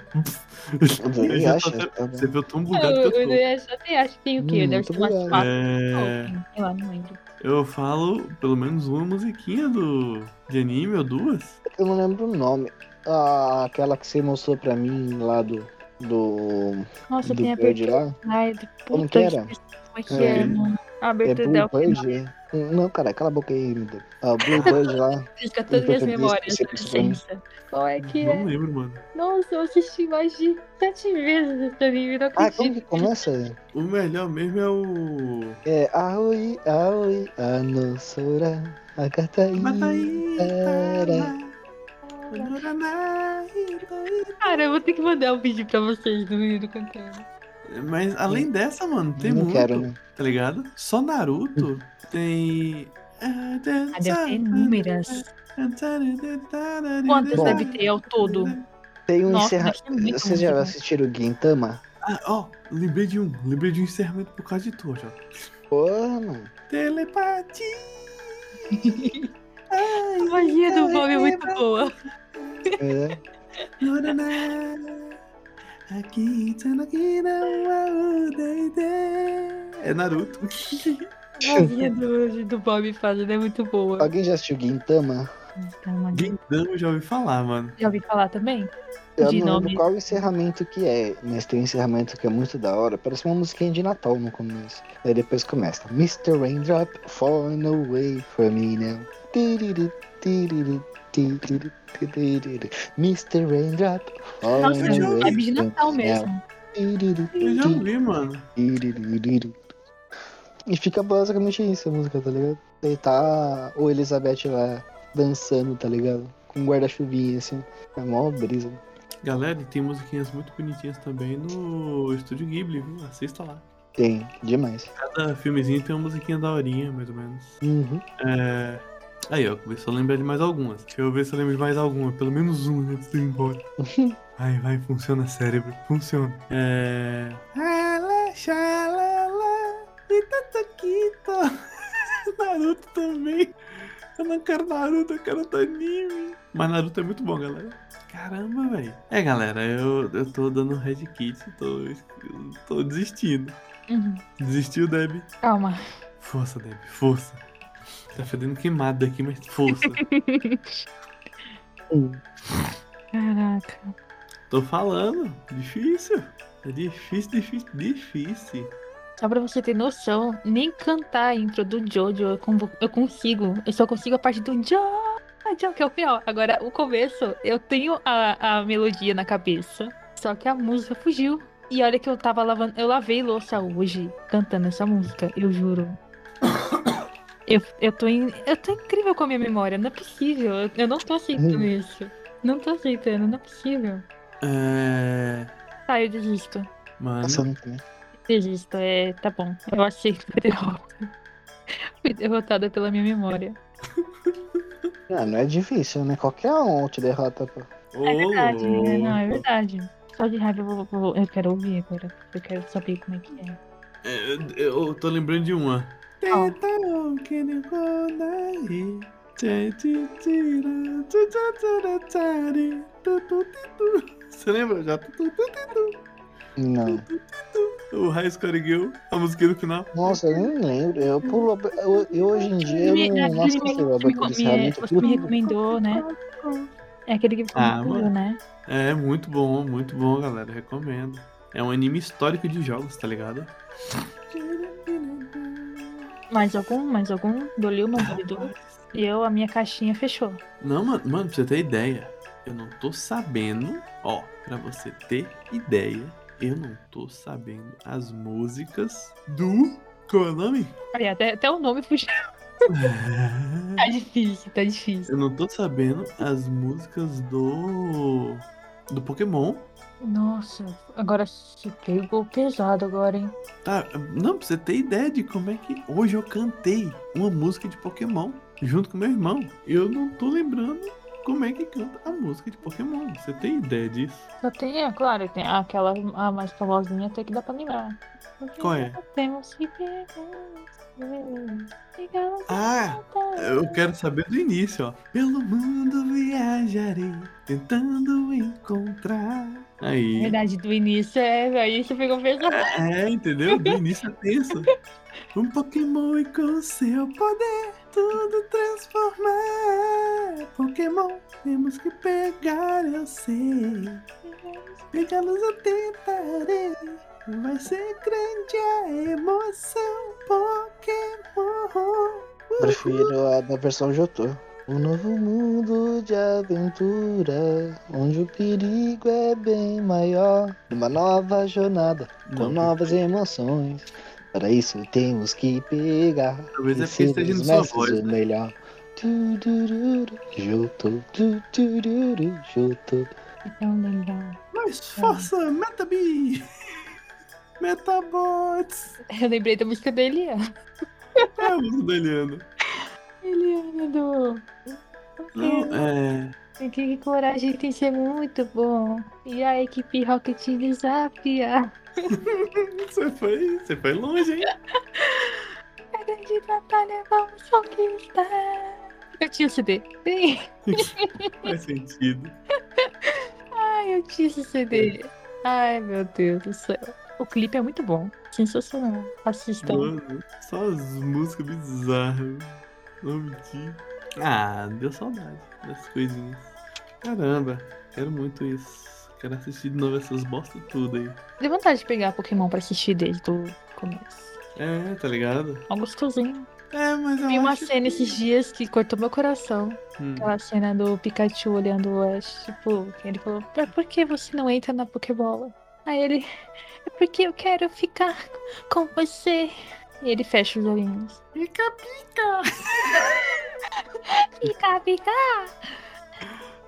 [SPEAKER 2] Eu já tô
[SPEAKER 3] Yasha?
[SPEAKER 2] até-
[SPEAKER 3] Tá bom.
[SPEAKER 2] Você viu tão bugado que eu
[SPEAKER 4] O
[SPEAKER 2] tô.
[SPEAKER 4] Inuyasha tem, acho que tem o quê?
[SPEAKER 3] Hum,
[SPEAKER 4] Deve ser
[SPEAKER 3] muito
[SPEAKER 4] umas
[SPEAKER 3] obrigado.
[SPEAKER 4] quatro.
[SPEAKER 2] É,
[SPEAKER 4] ou Sei lá, não lembro.
[SPEAKER 2] eu falo pelo menos uma musiquinha do de anime ou duas.
[SPEAKER 3] Eu não lembro o nome. Ah, aquela que você mostrou pra mim lá do. Do.
[SPEAKER 4] Nossa,
[SPEAKER 3] do
[SPEAKER 4] tem a
[SPEAKER 3] Bird
[SPEAKER 4] abertura.
[SPEAKER 3] lá?
[SPEAKER 4] Ai, do
[SPEAKER 3] Como
[SPEAKER 4] puta
[SPEAKER 3] que
[SPEAKER 4] que
[SPEAKER 3] era?
[SPEAKER 4] Como é que é,
[SPEAKER 2] É.
[SPEAKER 4] mano? A
[SPEAKER 3] É
[SPEAKER 4] abertura
[SPEAKER 3] Blue
[SPEAKER 4] dela foi
[SPEAKER 3] Bird? é? Não, cara, cala a boca aí, meu Deus. Ah, Blue Bird lá.
[SPEAKER 4] fica todas as minhas
[SPEAKER 3] Então,
[SPEAKER 4] memórias,
[SPEAKER 3] esse-
[SPEAKER 4] dá
[SPEAKER 3] esse filme.
[SPEAKER 4] licença. Qual é que
[SPEAKER 2] Não
[SPEAKER 4] é?
[SPEAKER 2] lembro, mano.
[SPEAKER 4] Nossa, eu assisti mais de sete vezes esse anime, não
[SPEAKER 3] Ah, como
[SPEAKER 4] acredito.
[SPEAKER 3] que começa?
[SPEAKER 2] O melhor mesmo é o.
[SPEAKER 3] É Aoi, Aoi, Anosora, Agatai.
[SPEAKER 2] tá Mataí,
[SPEAKER 3] Tara.
[SPEAKER 4] Cara, eu vou ter que mandar um vídeo pra vocês do menino cantando.
[SPEAKER 2] Mas além dessa, mano, tem
[SPEAKER 3] Eu não
[SPEAKER 2] muito.
[SPEAKER 3] quero, né?
[SPEAKER 2] Tá ligado? Só Naruto tem.
[SPEAKER 4] Ah, deve ter inúmeras. Quantas
[SPEAKER 3] Bom.
[SPEAKER 4] deve ter ao todo?
[SPEAKER 3] Tem um
[SPEAKER 4] Nossa,
[SPEAKER 3] encerra...
[SPEAKER 4] deve ter muito.
[SPEAKER 3] Vocês já
[SPEAKER 4] muito.
[SPEAKER 3] assistiram o Gintama?
[SPEAKER 2] Ah, ó, lembrei de um. Lembrei de um encerramento por causa de tu, Jota.
[SPEAKER 3] Porra, mano.
[SPEAKER 2] Telepatia!
[SPEAKER 4] A magia do Bob é muito boa.
[SPEAKER 3] É.
[SPEAKER 2] É Naruto.
[SPEAKER 4] A magia do, do Bob fazendo é muito boa.
[SPEAKER 3] Alguém já assistiu Gintama?
[SPEAKER 4] Então, mas-
[SPEAKER 2] Gintama já ouvi falar, mano.
[SPEAKER 4] Já ouvi falar também?
[SPEAKER 3] Eu
[SPEAKER 4] De
[SPEAKER 3] não
[SPEAKER 4] nome.
[SPEAKER 3] lembro qual encerramento que é, mas tem um encerramento que é muito da hora. Parece uma musiquinha de Natal no começo. Aí depois começa. Mr. Raindrop falling away from me now. Tiriri, tiriri, tiriri, tiriri. Mr. Raindrop
[SPEAKER 4] Nossa,
[SPEAKER 3] falling
[SPEAKER 2] eu já
[SPEAKER 4] é
[SPEAKER 2] ouvi.
[SPEAKER 4] vibe
[SPEAKER 3] away
[SPEAKER 4] de
[SPEAKER 3] from
[SPEAKER 4] Natal
[SPEAKER 3] me
[SPEAKER 4] mesmo.
[SPEAKER 3] now. Tiriri,
[SPEAKER 2] Eu já ouvi, mano.
[SPEAKER 3] tiriri. E fica basicamente isso a música, tá ligado? Aí tá o Elizabeth lá dançando, tá ligado? Com um guarda-chuvinha assim. É mó brisa.
[SPEAKER 2] Galera, e tem musiquinhas muito bonitinhas também no Estúdio Ghibli, viu? Assista lá.
[SPEAKER 3] Tem, demais.
[SPEAKER 2] Cada filmezinho tem uma musiquinha daorinha, mais ou menos.
[SPEAKER 3] Uhum.
[SPEAKER 2] É... Aí, ó, comecei a lembrar de mais algumas. Deixa eu ver se eu lembro de mais alguma. Pelo menos uma antes de eu ir embora. Vai, vai, funciona cérebro. Funciona. É... Ala, xalala, itataquito. Naruto também. Eu não quero Naruto, eu quero outro anime. Mas Naruto é muito bom, galera. Caramba, velho. É, galera, eu, eu tô dando Red Kit, tô, tô desistindo.
[SPEAKER 4] Uhum.
[SPEAKER 2] Desistiu, Debbie?
[SPEAKER 4] Calma.
[SPEAKER 2] Força, Debbie, força. Tá fedendo queimado aqui, mas força.
[SPEAKER 4] Caraca.
[SPEAKER 2] Tô falando, difícil. É difícil, difícil, difícil.
[SPEAKER 4] Só pra você ter noção, nem cantar a intro do Jojo eu, convo- eu consigo. Eu só consigo a parte do Jojo, que é o pior. Agora, o começo, eu tenho a, a melodia na cabeça. Só que a música fugiu. E olha que eu tava lavando. Eu lavei louça hoje cantando essa música, eu juro. Eu, eu, tô, in- eu tô incrível com a minha memória, não é possível. Eu, eu não tô aceitando isso. Não tô aceitando, não é possível.
[SPEAKER 2] É.
[SPEAKER 4] Tá, eu desisto.
[SPEAKER 2] Mano,
[SPEAKER 3] Passando também.
[SPEAKER 4] Desisto, é. Tá bom. Eu aceito a derrota. Fui derrotada pela minha memória.
[SPEAKER 3] Ah, não é difícil, né? Qualquer um te derrota, pô.
[SPEAKER 2] ô,
[SPEAKER 4] É verdade, né? não, é
[SPEAKER 2] louco.
[SPEAKER 4] verdade. Só de raiva eu vou, vou- Eu quero ouvir agora. Eu quero saber como é que é.
[SPEAKER 2] É, eu- Eu tô lembrando de uma.
[SPEAKER 4] Qual?
[SPEAKER 2] Tentão que nem kodai, te te tira, tu tu tu tu tari, tu tu tu tu. Você lembra já? Tu, tu, tu,
[SPEAKER 3] Não.
[SPEAKER 2] tu. O High Score Girl, a música do final.
[SPEAKER 3] Nossa, eu nem lembro. Eu pulo. Eu, eu hoje em dia eu
[SPEAKER 4] Me-
[SPEAKER 3] não. Nossa,
[SPEAKER 4] aquele me-
[SPEAKER 3] eu sou
[SPEAKER 4] você
[SPEAKER 3] aberto desse
[SPEAKER 4] me- me-
[SPEAKER 3] realmente
[SPEAKER 4] você me
[SPEAKER 3] tudo.
[SPEAKER 4] recomendou, né? É aquele que você
[SPEAKER 2] Ah,
[SPEAKER 4] me recomendou,
[SPEAKER 2] mano.
[SPEAKER 4] né?
[SPEAKER 2] É muito bom, muito bom, galera. Recomendo. É um anime histórico de jogos, tá ligado?
[SPEAKER 4] Mais algum? Mais algum? Doliu, mais doidou. E eu, a minha caixinha fechou.
[SPEAKER 2] Não, mano, mano, pra você ter ideia, eu não tô sabendo. Ó, pra você ter ideia, eu não tô sabendo as músicas do. Qual é o nome?
[SPEAKER 4] Aí, até, até o nome fugiu. Tá difícil, tá difícil.
[SPEAKER 2] Eu não tô sabendo as músicas do. do Pokémon.
[SPEAKER 4] Nossa, agora se pegou pesado agora, hein?
[SPEAKER 2] Tá, não, pra você ter ideia de como é que hoje eu cantei uma música de Pokémon junto com meu irmão. Eu não tô lembrando como é que canta a música de Pokémon. Você tem ideia disso?
[SPEAKER 4] Só tem, é claro, tem aquela a mais famosinha até que dá pra lembrar.
[SPEAKER 2] Qual é?
[SPEAKER 4] Temos que pegar. pegar-
[SPEAKER 2] Ah, Eu quero saber do início, ó. Pelo mundo viajarei, tentando encontrar.
[SPEAKER 4] Na
[SPEAKER 2] Aí.
[SPEAKER 4] verdade, do início é. Aí você pegou pesado.
[SPEAKER 2] É, entendeu? Do início até isso. Um Pokémon e com seu poder tudo transformar. Pokémon, temos que pegar, eu sei. Pegá-los eu tentarei. Vai ser grande a emoção, Pokémon.
[SPEAKER 3] Prefiro a da versão Jotô. Um novo mundo de aventura, onde o perigo é bem maior. Uma nova jornada, com novas emoções. Para isso temos que pegar.
[SPEAKER 2] Talvez é
[SPEAKER 3] e
[SPEAKER 2] porque
[SPEAKER 3] ser
[SPEAKER 2] esteja
[SPEAKER 3] os
[SPEAKER 2] na sua
[SPEAKER 3] mestres
[SPEAKER 2] voz. né?
[SPEAKER 3] o melhor. Tu, du, du, du, Jotô, tu, du, du, du, Jotô.
[SPEAKER 4] Então, legal.
[SPEAKER 2] Mais força, Metabi! Metabots!
[SPEAKER 4] Eu lembrei da música da Eliana.
[SPEAKER 2] É a música da Eliana.
[SPEAKER 4] Eliana do.
[SPEAKER 2] Não, é.
[SPEAKER 4] Tem que coragem tem que ser muito bom. E a equipe Rocket desafia.
[SPEAKER 2] Você foi, você foi longe, hein?
[SPEAKER 4] A grande batalha vamos conquistar. Eu tinha o CD. Bem,
[SPEAKER 2] Faz sentido.
[SPEAKER 4] ai, eu tinha esse CD. Ai, meu Deus do céu. O clipe é muito bom. Sensacional.
[SPEAKER 2] Então.
[SPEAKER 4] Assistam.
[SPEAKER 2] Mano, né? só as músicas bizarras. Não menti. Ah, deu saudade dessas coisinhas. Caramba, quero muito isso. Quero assistir de novo essas bosta tudo aí.
[SPEAKER 4] Deu vontade de pegar Pokémon pra assistir desde o começo.
[SPEAKER 2] É, tá ligado?
[SPEAKER 4] Ó, gostosinho.
[SPEAKER 2] É, mas eu
[SPEAKER 4] Vi uma
[SPEAKER 2] acho
[SPEAKER 4] cena
[SPEAKER 2] que-
[SPEAKER 4] esses dias que cortou meu coração.
[SPEAKER 2] Hum.
[SPEAKER 4] Aquela cena do Pikachu olhando o Ash, tipo, que ele falou, "Mas por que você não entra na Pokébola? Aí ele, é porque eu quero ficar com você. E ele fecha os olhinhos.
[SPEAKER 2] Fica
[SPEAKER 4] Pica, pica!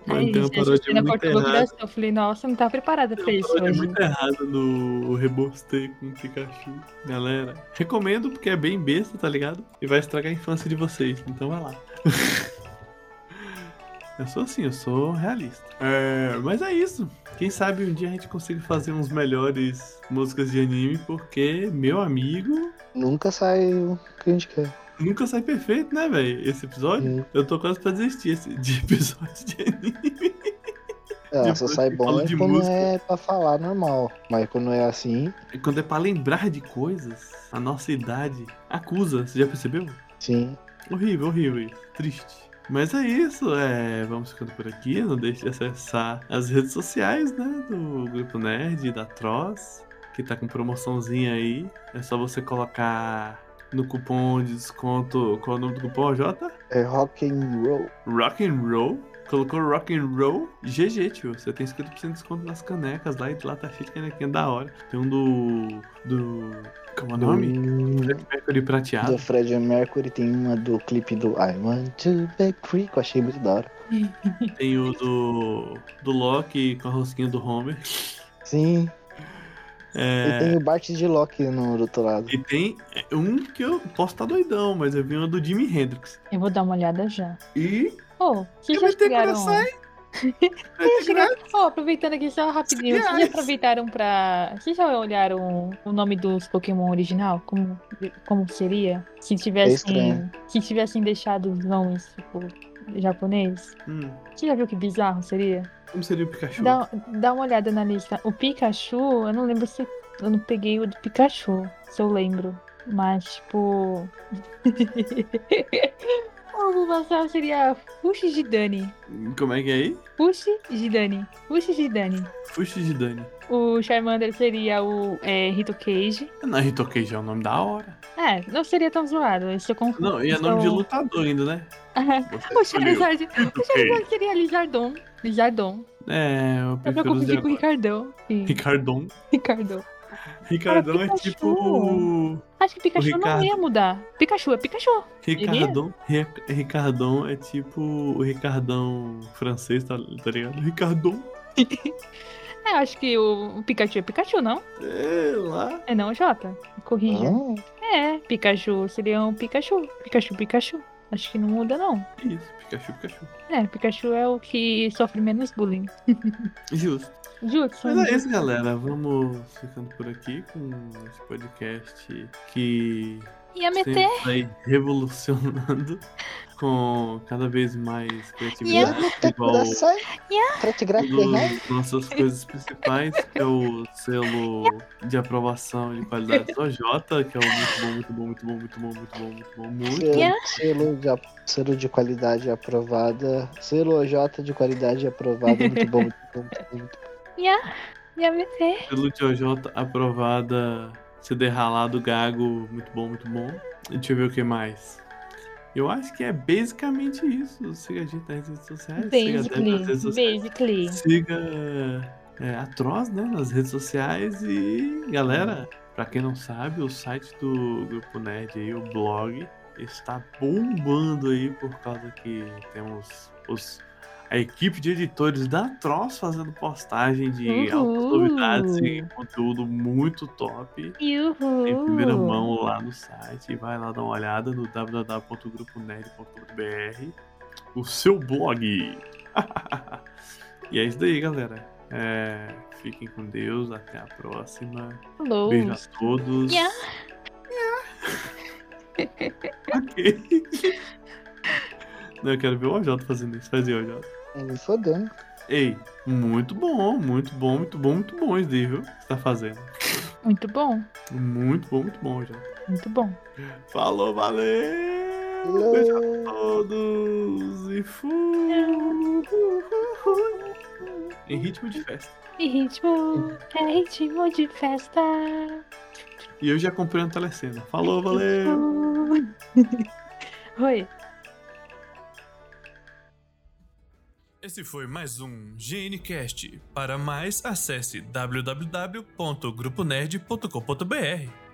[SPEAKER 2] Mas
[SPEAKER 4] Aí,
[SPEAKER 2] tem uma
[SPEAKER 4] gente, essa
[SPEAKER 2] paródia
[SPEAKER 4] cena
[SPEAKER 2] muito
[SPEAKER 4] cortou meu
[SPEAKER 2] errada.
[SPEAKER 4] coração. Eu falei, nossa, eu não tava preparada pra isso
[SPEAKER 2] Foi
[SPEAKER 4] hoje.
[SPEAKER 2] é muito errado no Rebostei com Pikachu. Galera, recomendo porque é bem besta, tá ligado? E vai estragar a infância de vocês, então vai lá. eu sou assim, eu sou realista. É, mas é isso. Quem sabe um dia a gente consiga fazer uns melhores músicas de anime, porque, meu amigo,
[SPEAKER 3] Nunca sai o que a gente quer.
[SPEAKER 2] nunca sai perfeito, né, velho? Esse episódio.
[SPEAKER 3] Hum.
[SPEAKER 2] Eu tô quase pra desistir esse- de episódio de anime.
[SPEAKER 3] É,
[SPEAKER 2] Depois
[SPEAKER 3] só sai
[SPEAKER 2] que
[SPEAKER 3] bom
[SPEAKER 2] fala
[SPEAKER 3] é
[SPEAKER 2] de
[SPEAKER 3] quando
[SPEAKER 2] música.
[SPEAKER 3] é pra falar normal. Mas quando é assim,
[SPEAKER 2] Quando é pra lembrar de coisas, a nossa idade acusa, você já percebeu?
[SPEAKER 3] sim.
[SPEAKER 2] Horrível, horrível isso. Triste. Mas é isso, é, vamos ficando por aqui. Não deixe de acessar as redes sociais, né? Do Grupo Nerd, da Troz, que tá com promoçãozinha aí. É só você colocar no cupom de desconto. Qual é o nome do cupom, Jota?
[SPEAKER 3] É rock and roll.
[SPEAKER 2] Rock and Roll. Colocou Rock and Roll GG, tio. Você tem 50% de desconto nas canecas lá e lá tá cheio de canequinha da hora. Tem um do. do. Como é o nome?
[SPEAKER 3] Hum,
[SPEAKER 2] Black Mercury prateado.
[SPEAKER 3] Do Fred Mercury tem uma do clipe do I Want to Back Creek, eu achei muito da hora.
[SPEAKER 2] Tem o do, do Loki com a rosquinha do Homer.
[SPEAKER 3] Sim, e
[SPEAKER 2] É,
[SPEAKER 3] tem o Bart de Loki no do outro lado.
[SPEAKER 2] e tem um que eu posso estar doidão, mas eu vi uma do Jimi Hendrix.
[SPEAKER 4] Eu vou dar uma olhada já.
[SPEAKER 2] E
[SPEAKER 4] Ô, vocês
[SPEAKER 2] Eu
[SPEAKER 4] já
[SPEAKER 2] vou ter
[SPEAKER 4] chegaram...
[SPEAKER 2] coração, hein? É,
[SPEAKER 4] Vocês já chegaram- Ô, aproveitando aqui só rapidinho, vocês já
[SPEAKER 2] Reais.
[SPEAKER 4] aproveitaram pra... Vocês já olharam o nome dos Pokémon original? Como, como seria? Se tivessem...
[SPEAKER 3] estranho.
[SPEAKER 4] Se tivessem deixado os nomes, tipo, japonês?
[SPEAKER 2] hum,
[SPEAKER 4] Você já viu que bizarro seria?
[SPEAKER 2] como seria o Pikachu?
[SPEAKER 4] Dá, dá uma olhada na lista. O Pikachu, eu não lembro se eu não peguei o do Pikachu, se eu lembro. Mas, tipo. o Bulbasaur seria Fushi de Dani.
[SPEAKER 2] Como é que é aí?
[SPEAKER 4] Fushi de Dani. Fushi de Dani.
[SPEAKER 2] Fuxi de Dani.
[SPEAKER 4] O Charmander seria o é, Hito Cage.
[SPEAKER 2] Não, Hitokage é o nome da hora.
[SPEAKER 4] É, não seria tão zoado. Isso eu confundo.
[SPEAKER 2] Não, e é nome de lutador ainda, né? Você
[SPEAKER 4] o
[SPEAKER 2] escolheu.
[SPEAKER 4] Charizard, o Charizard seria Lizardon. Lizardon.
[SPEAKER 2] É, o
[SPEAKER 4] Eu me
[SPEAKER 2] Pikachu de
[SPEAKER 4] confundi com o
[SPEAKER 2] agora.
[SPEAKER 4] Ricardão. Sim,
[SPEAKER 2] Ricardão.
[SPEAKER 4] Ricardão.
[SPEAKER 2] Ricardão é
[SPEAKER 4] Pikachu.
[SPEAKER 2] tipo. o-
[SPEAKER 4] Acho que Pikachu não
[SPEAKER 2] Ricardo.
[SPEAKER 4] ia mudar. Pikachu é Pikachu.
[SPEAKER 2] Ricardão, Ri- Ricardão é tipo o Ricardão francês, tá, tá ligado? Ricardão.
[SPEAKER 4] É, acho que o, o Pikachu é Pikachu, não?
[SPEAKER 2] Sei lá.
[SPEAKER 4] É não, Jota? Corrija.
[SPEAKER 3] Hum,
[SPEAKER 4] É, Pikachu seria um Pikachu. Pikachu, Pikachu. Acho que não muda, não.
[SPEAKER 2] Que Isso, Pikachu, Pikachu.
[SPEAKER 4] É, Pikachu é o que sofre menos bullying.
[SPEAKER 2] Justo.
[SPEAKER 4] Jutsu.
[SPEAKER 2] Mas é isso, galera. Vamos ficando por aqui com esse podcast que
[SPEAKER 4] Ia meter.
[SPEAKER 2] sempre vai revolucionando com cada vez mais
[SPEAKER 4] E
[SPEAKER 2] criatividade. Igual Uhum.
[SPEAKER 3] Kudasai. Kratgrat
[SPEAKER 2] uma
[SPEAKER 3] Kehai.
[SPEAKER 2] das nossas coisas principais, que é o selo de aprovação de qualidade do J, que é o muito bom, muito bom, muito bom, muito bom, muito bom, muito bom, muito.
[SPEAKER 4] Yeah.
[SPEAKER 3] Selo- Selo de, a- selo de qualidade aprovada. Selo OJ de qualidade aprovada. é Muito bom, muito bom, muito bom. muito bom.
[SPEAKER 4] Ia meter.
[SPEAKER 2] Selo de OJ aprovada, CD ralado, gago, muito bom, muito bom. Deixa eu ver o que mais. Eu acho que é basicamente isso. Siga a gente nas redes sociais. Siga a Deb nas redes sociais.
[SPEAKER 4] Basically. Basically.
[SPEAKER 2] siga é, Atroz né, nas redes sociais e galera, pra quem não sabe, o site do Grupo Nerd aí, o blog, está bombando aí por causa que temos os- a equipe de editores da Atroz fazendo postagem de altas
[SPEAKER 4] Uhul.
[SPEAKER 2] novidades e conteúdo muito top.
[SPEAKER 4] Uhul.
[SPEAKER 2] Em primeira
[SPEAKER 4] Hum.
[SPEAKER 2] mão lá no site, vai lá dar uma olhada no www.gruponerd.com.br, o seu blog. e é isso daí, galera. É, fiquem com Deus, até a próxima.
[SPEAKER 4] Alô.
[SPEAKER 2] Beijo a todos.
[SPEAKER 4] Yeah.
[SPEAKER 2] ok. Não, eu quero ver o OJ fazendo isso. Fazia OJ.
[SPEAKER 3] Me fodendo.
[SPEAKER 2] Ei, muito bom, muito bom, muito bom, muito bom isso daí, viu? O que Você tá fazendo.
[SPEAKER 4] Muito bom.
[SPEAKER 2] Muito bom, muito bom, OJ.
[SPEAKER 4] Muito bom.
[SPEAKER 2] Falou, valeu! Beijo
[SPEAKER 3] Hello.
[SPEAKER 2] todos e fui. Em ritmo de festa.
[SPEAKER 4] E ritmo é ritmo de festa.
[SPEAKER 2] E eu já comprei uma telecena. Falou, valeu!
[SPEAKER 4] Oi.
[SPEAKER 1] Esse foi mais um GNCast. Para mais, acesse www.gruponerd.com.br.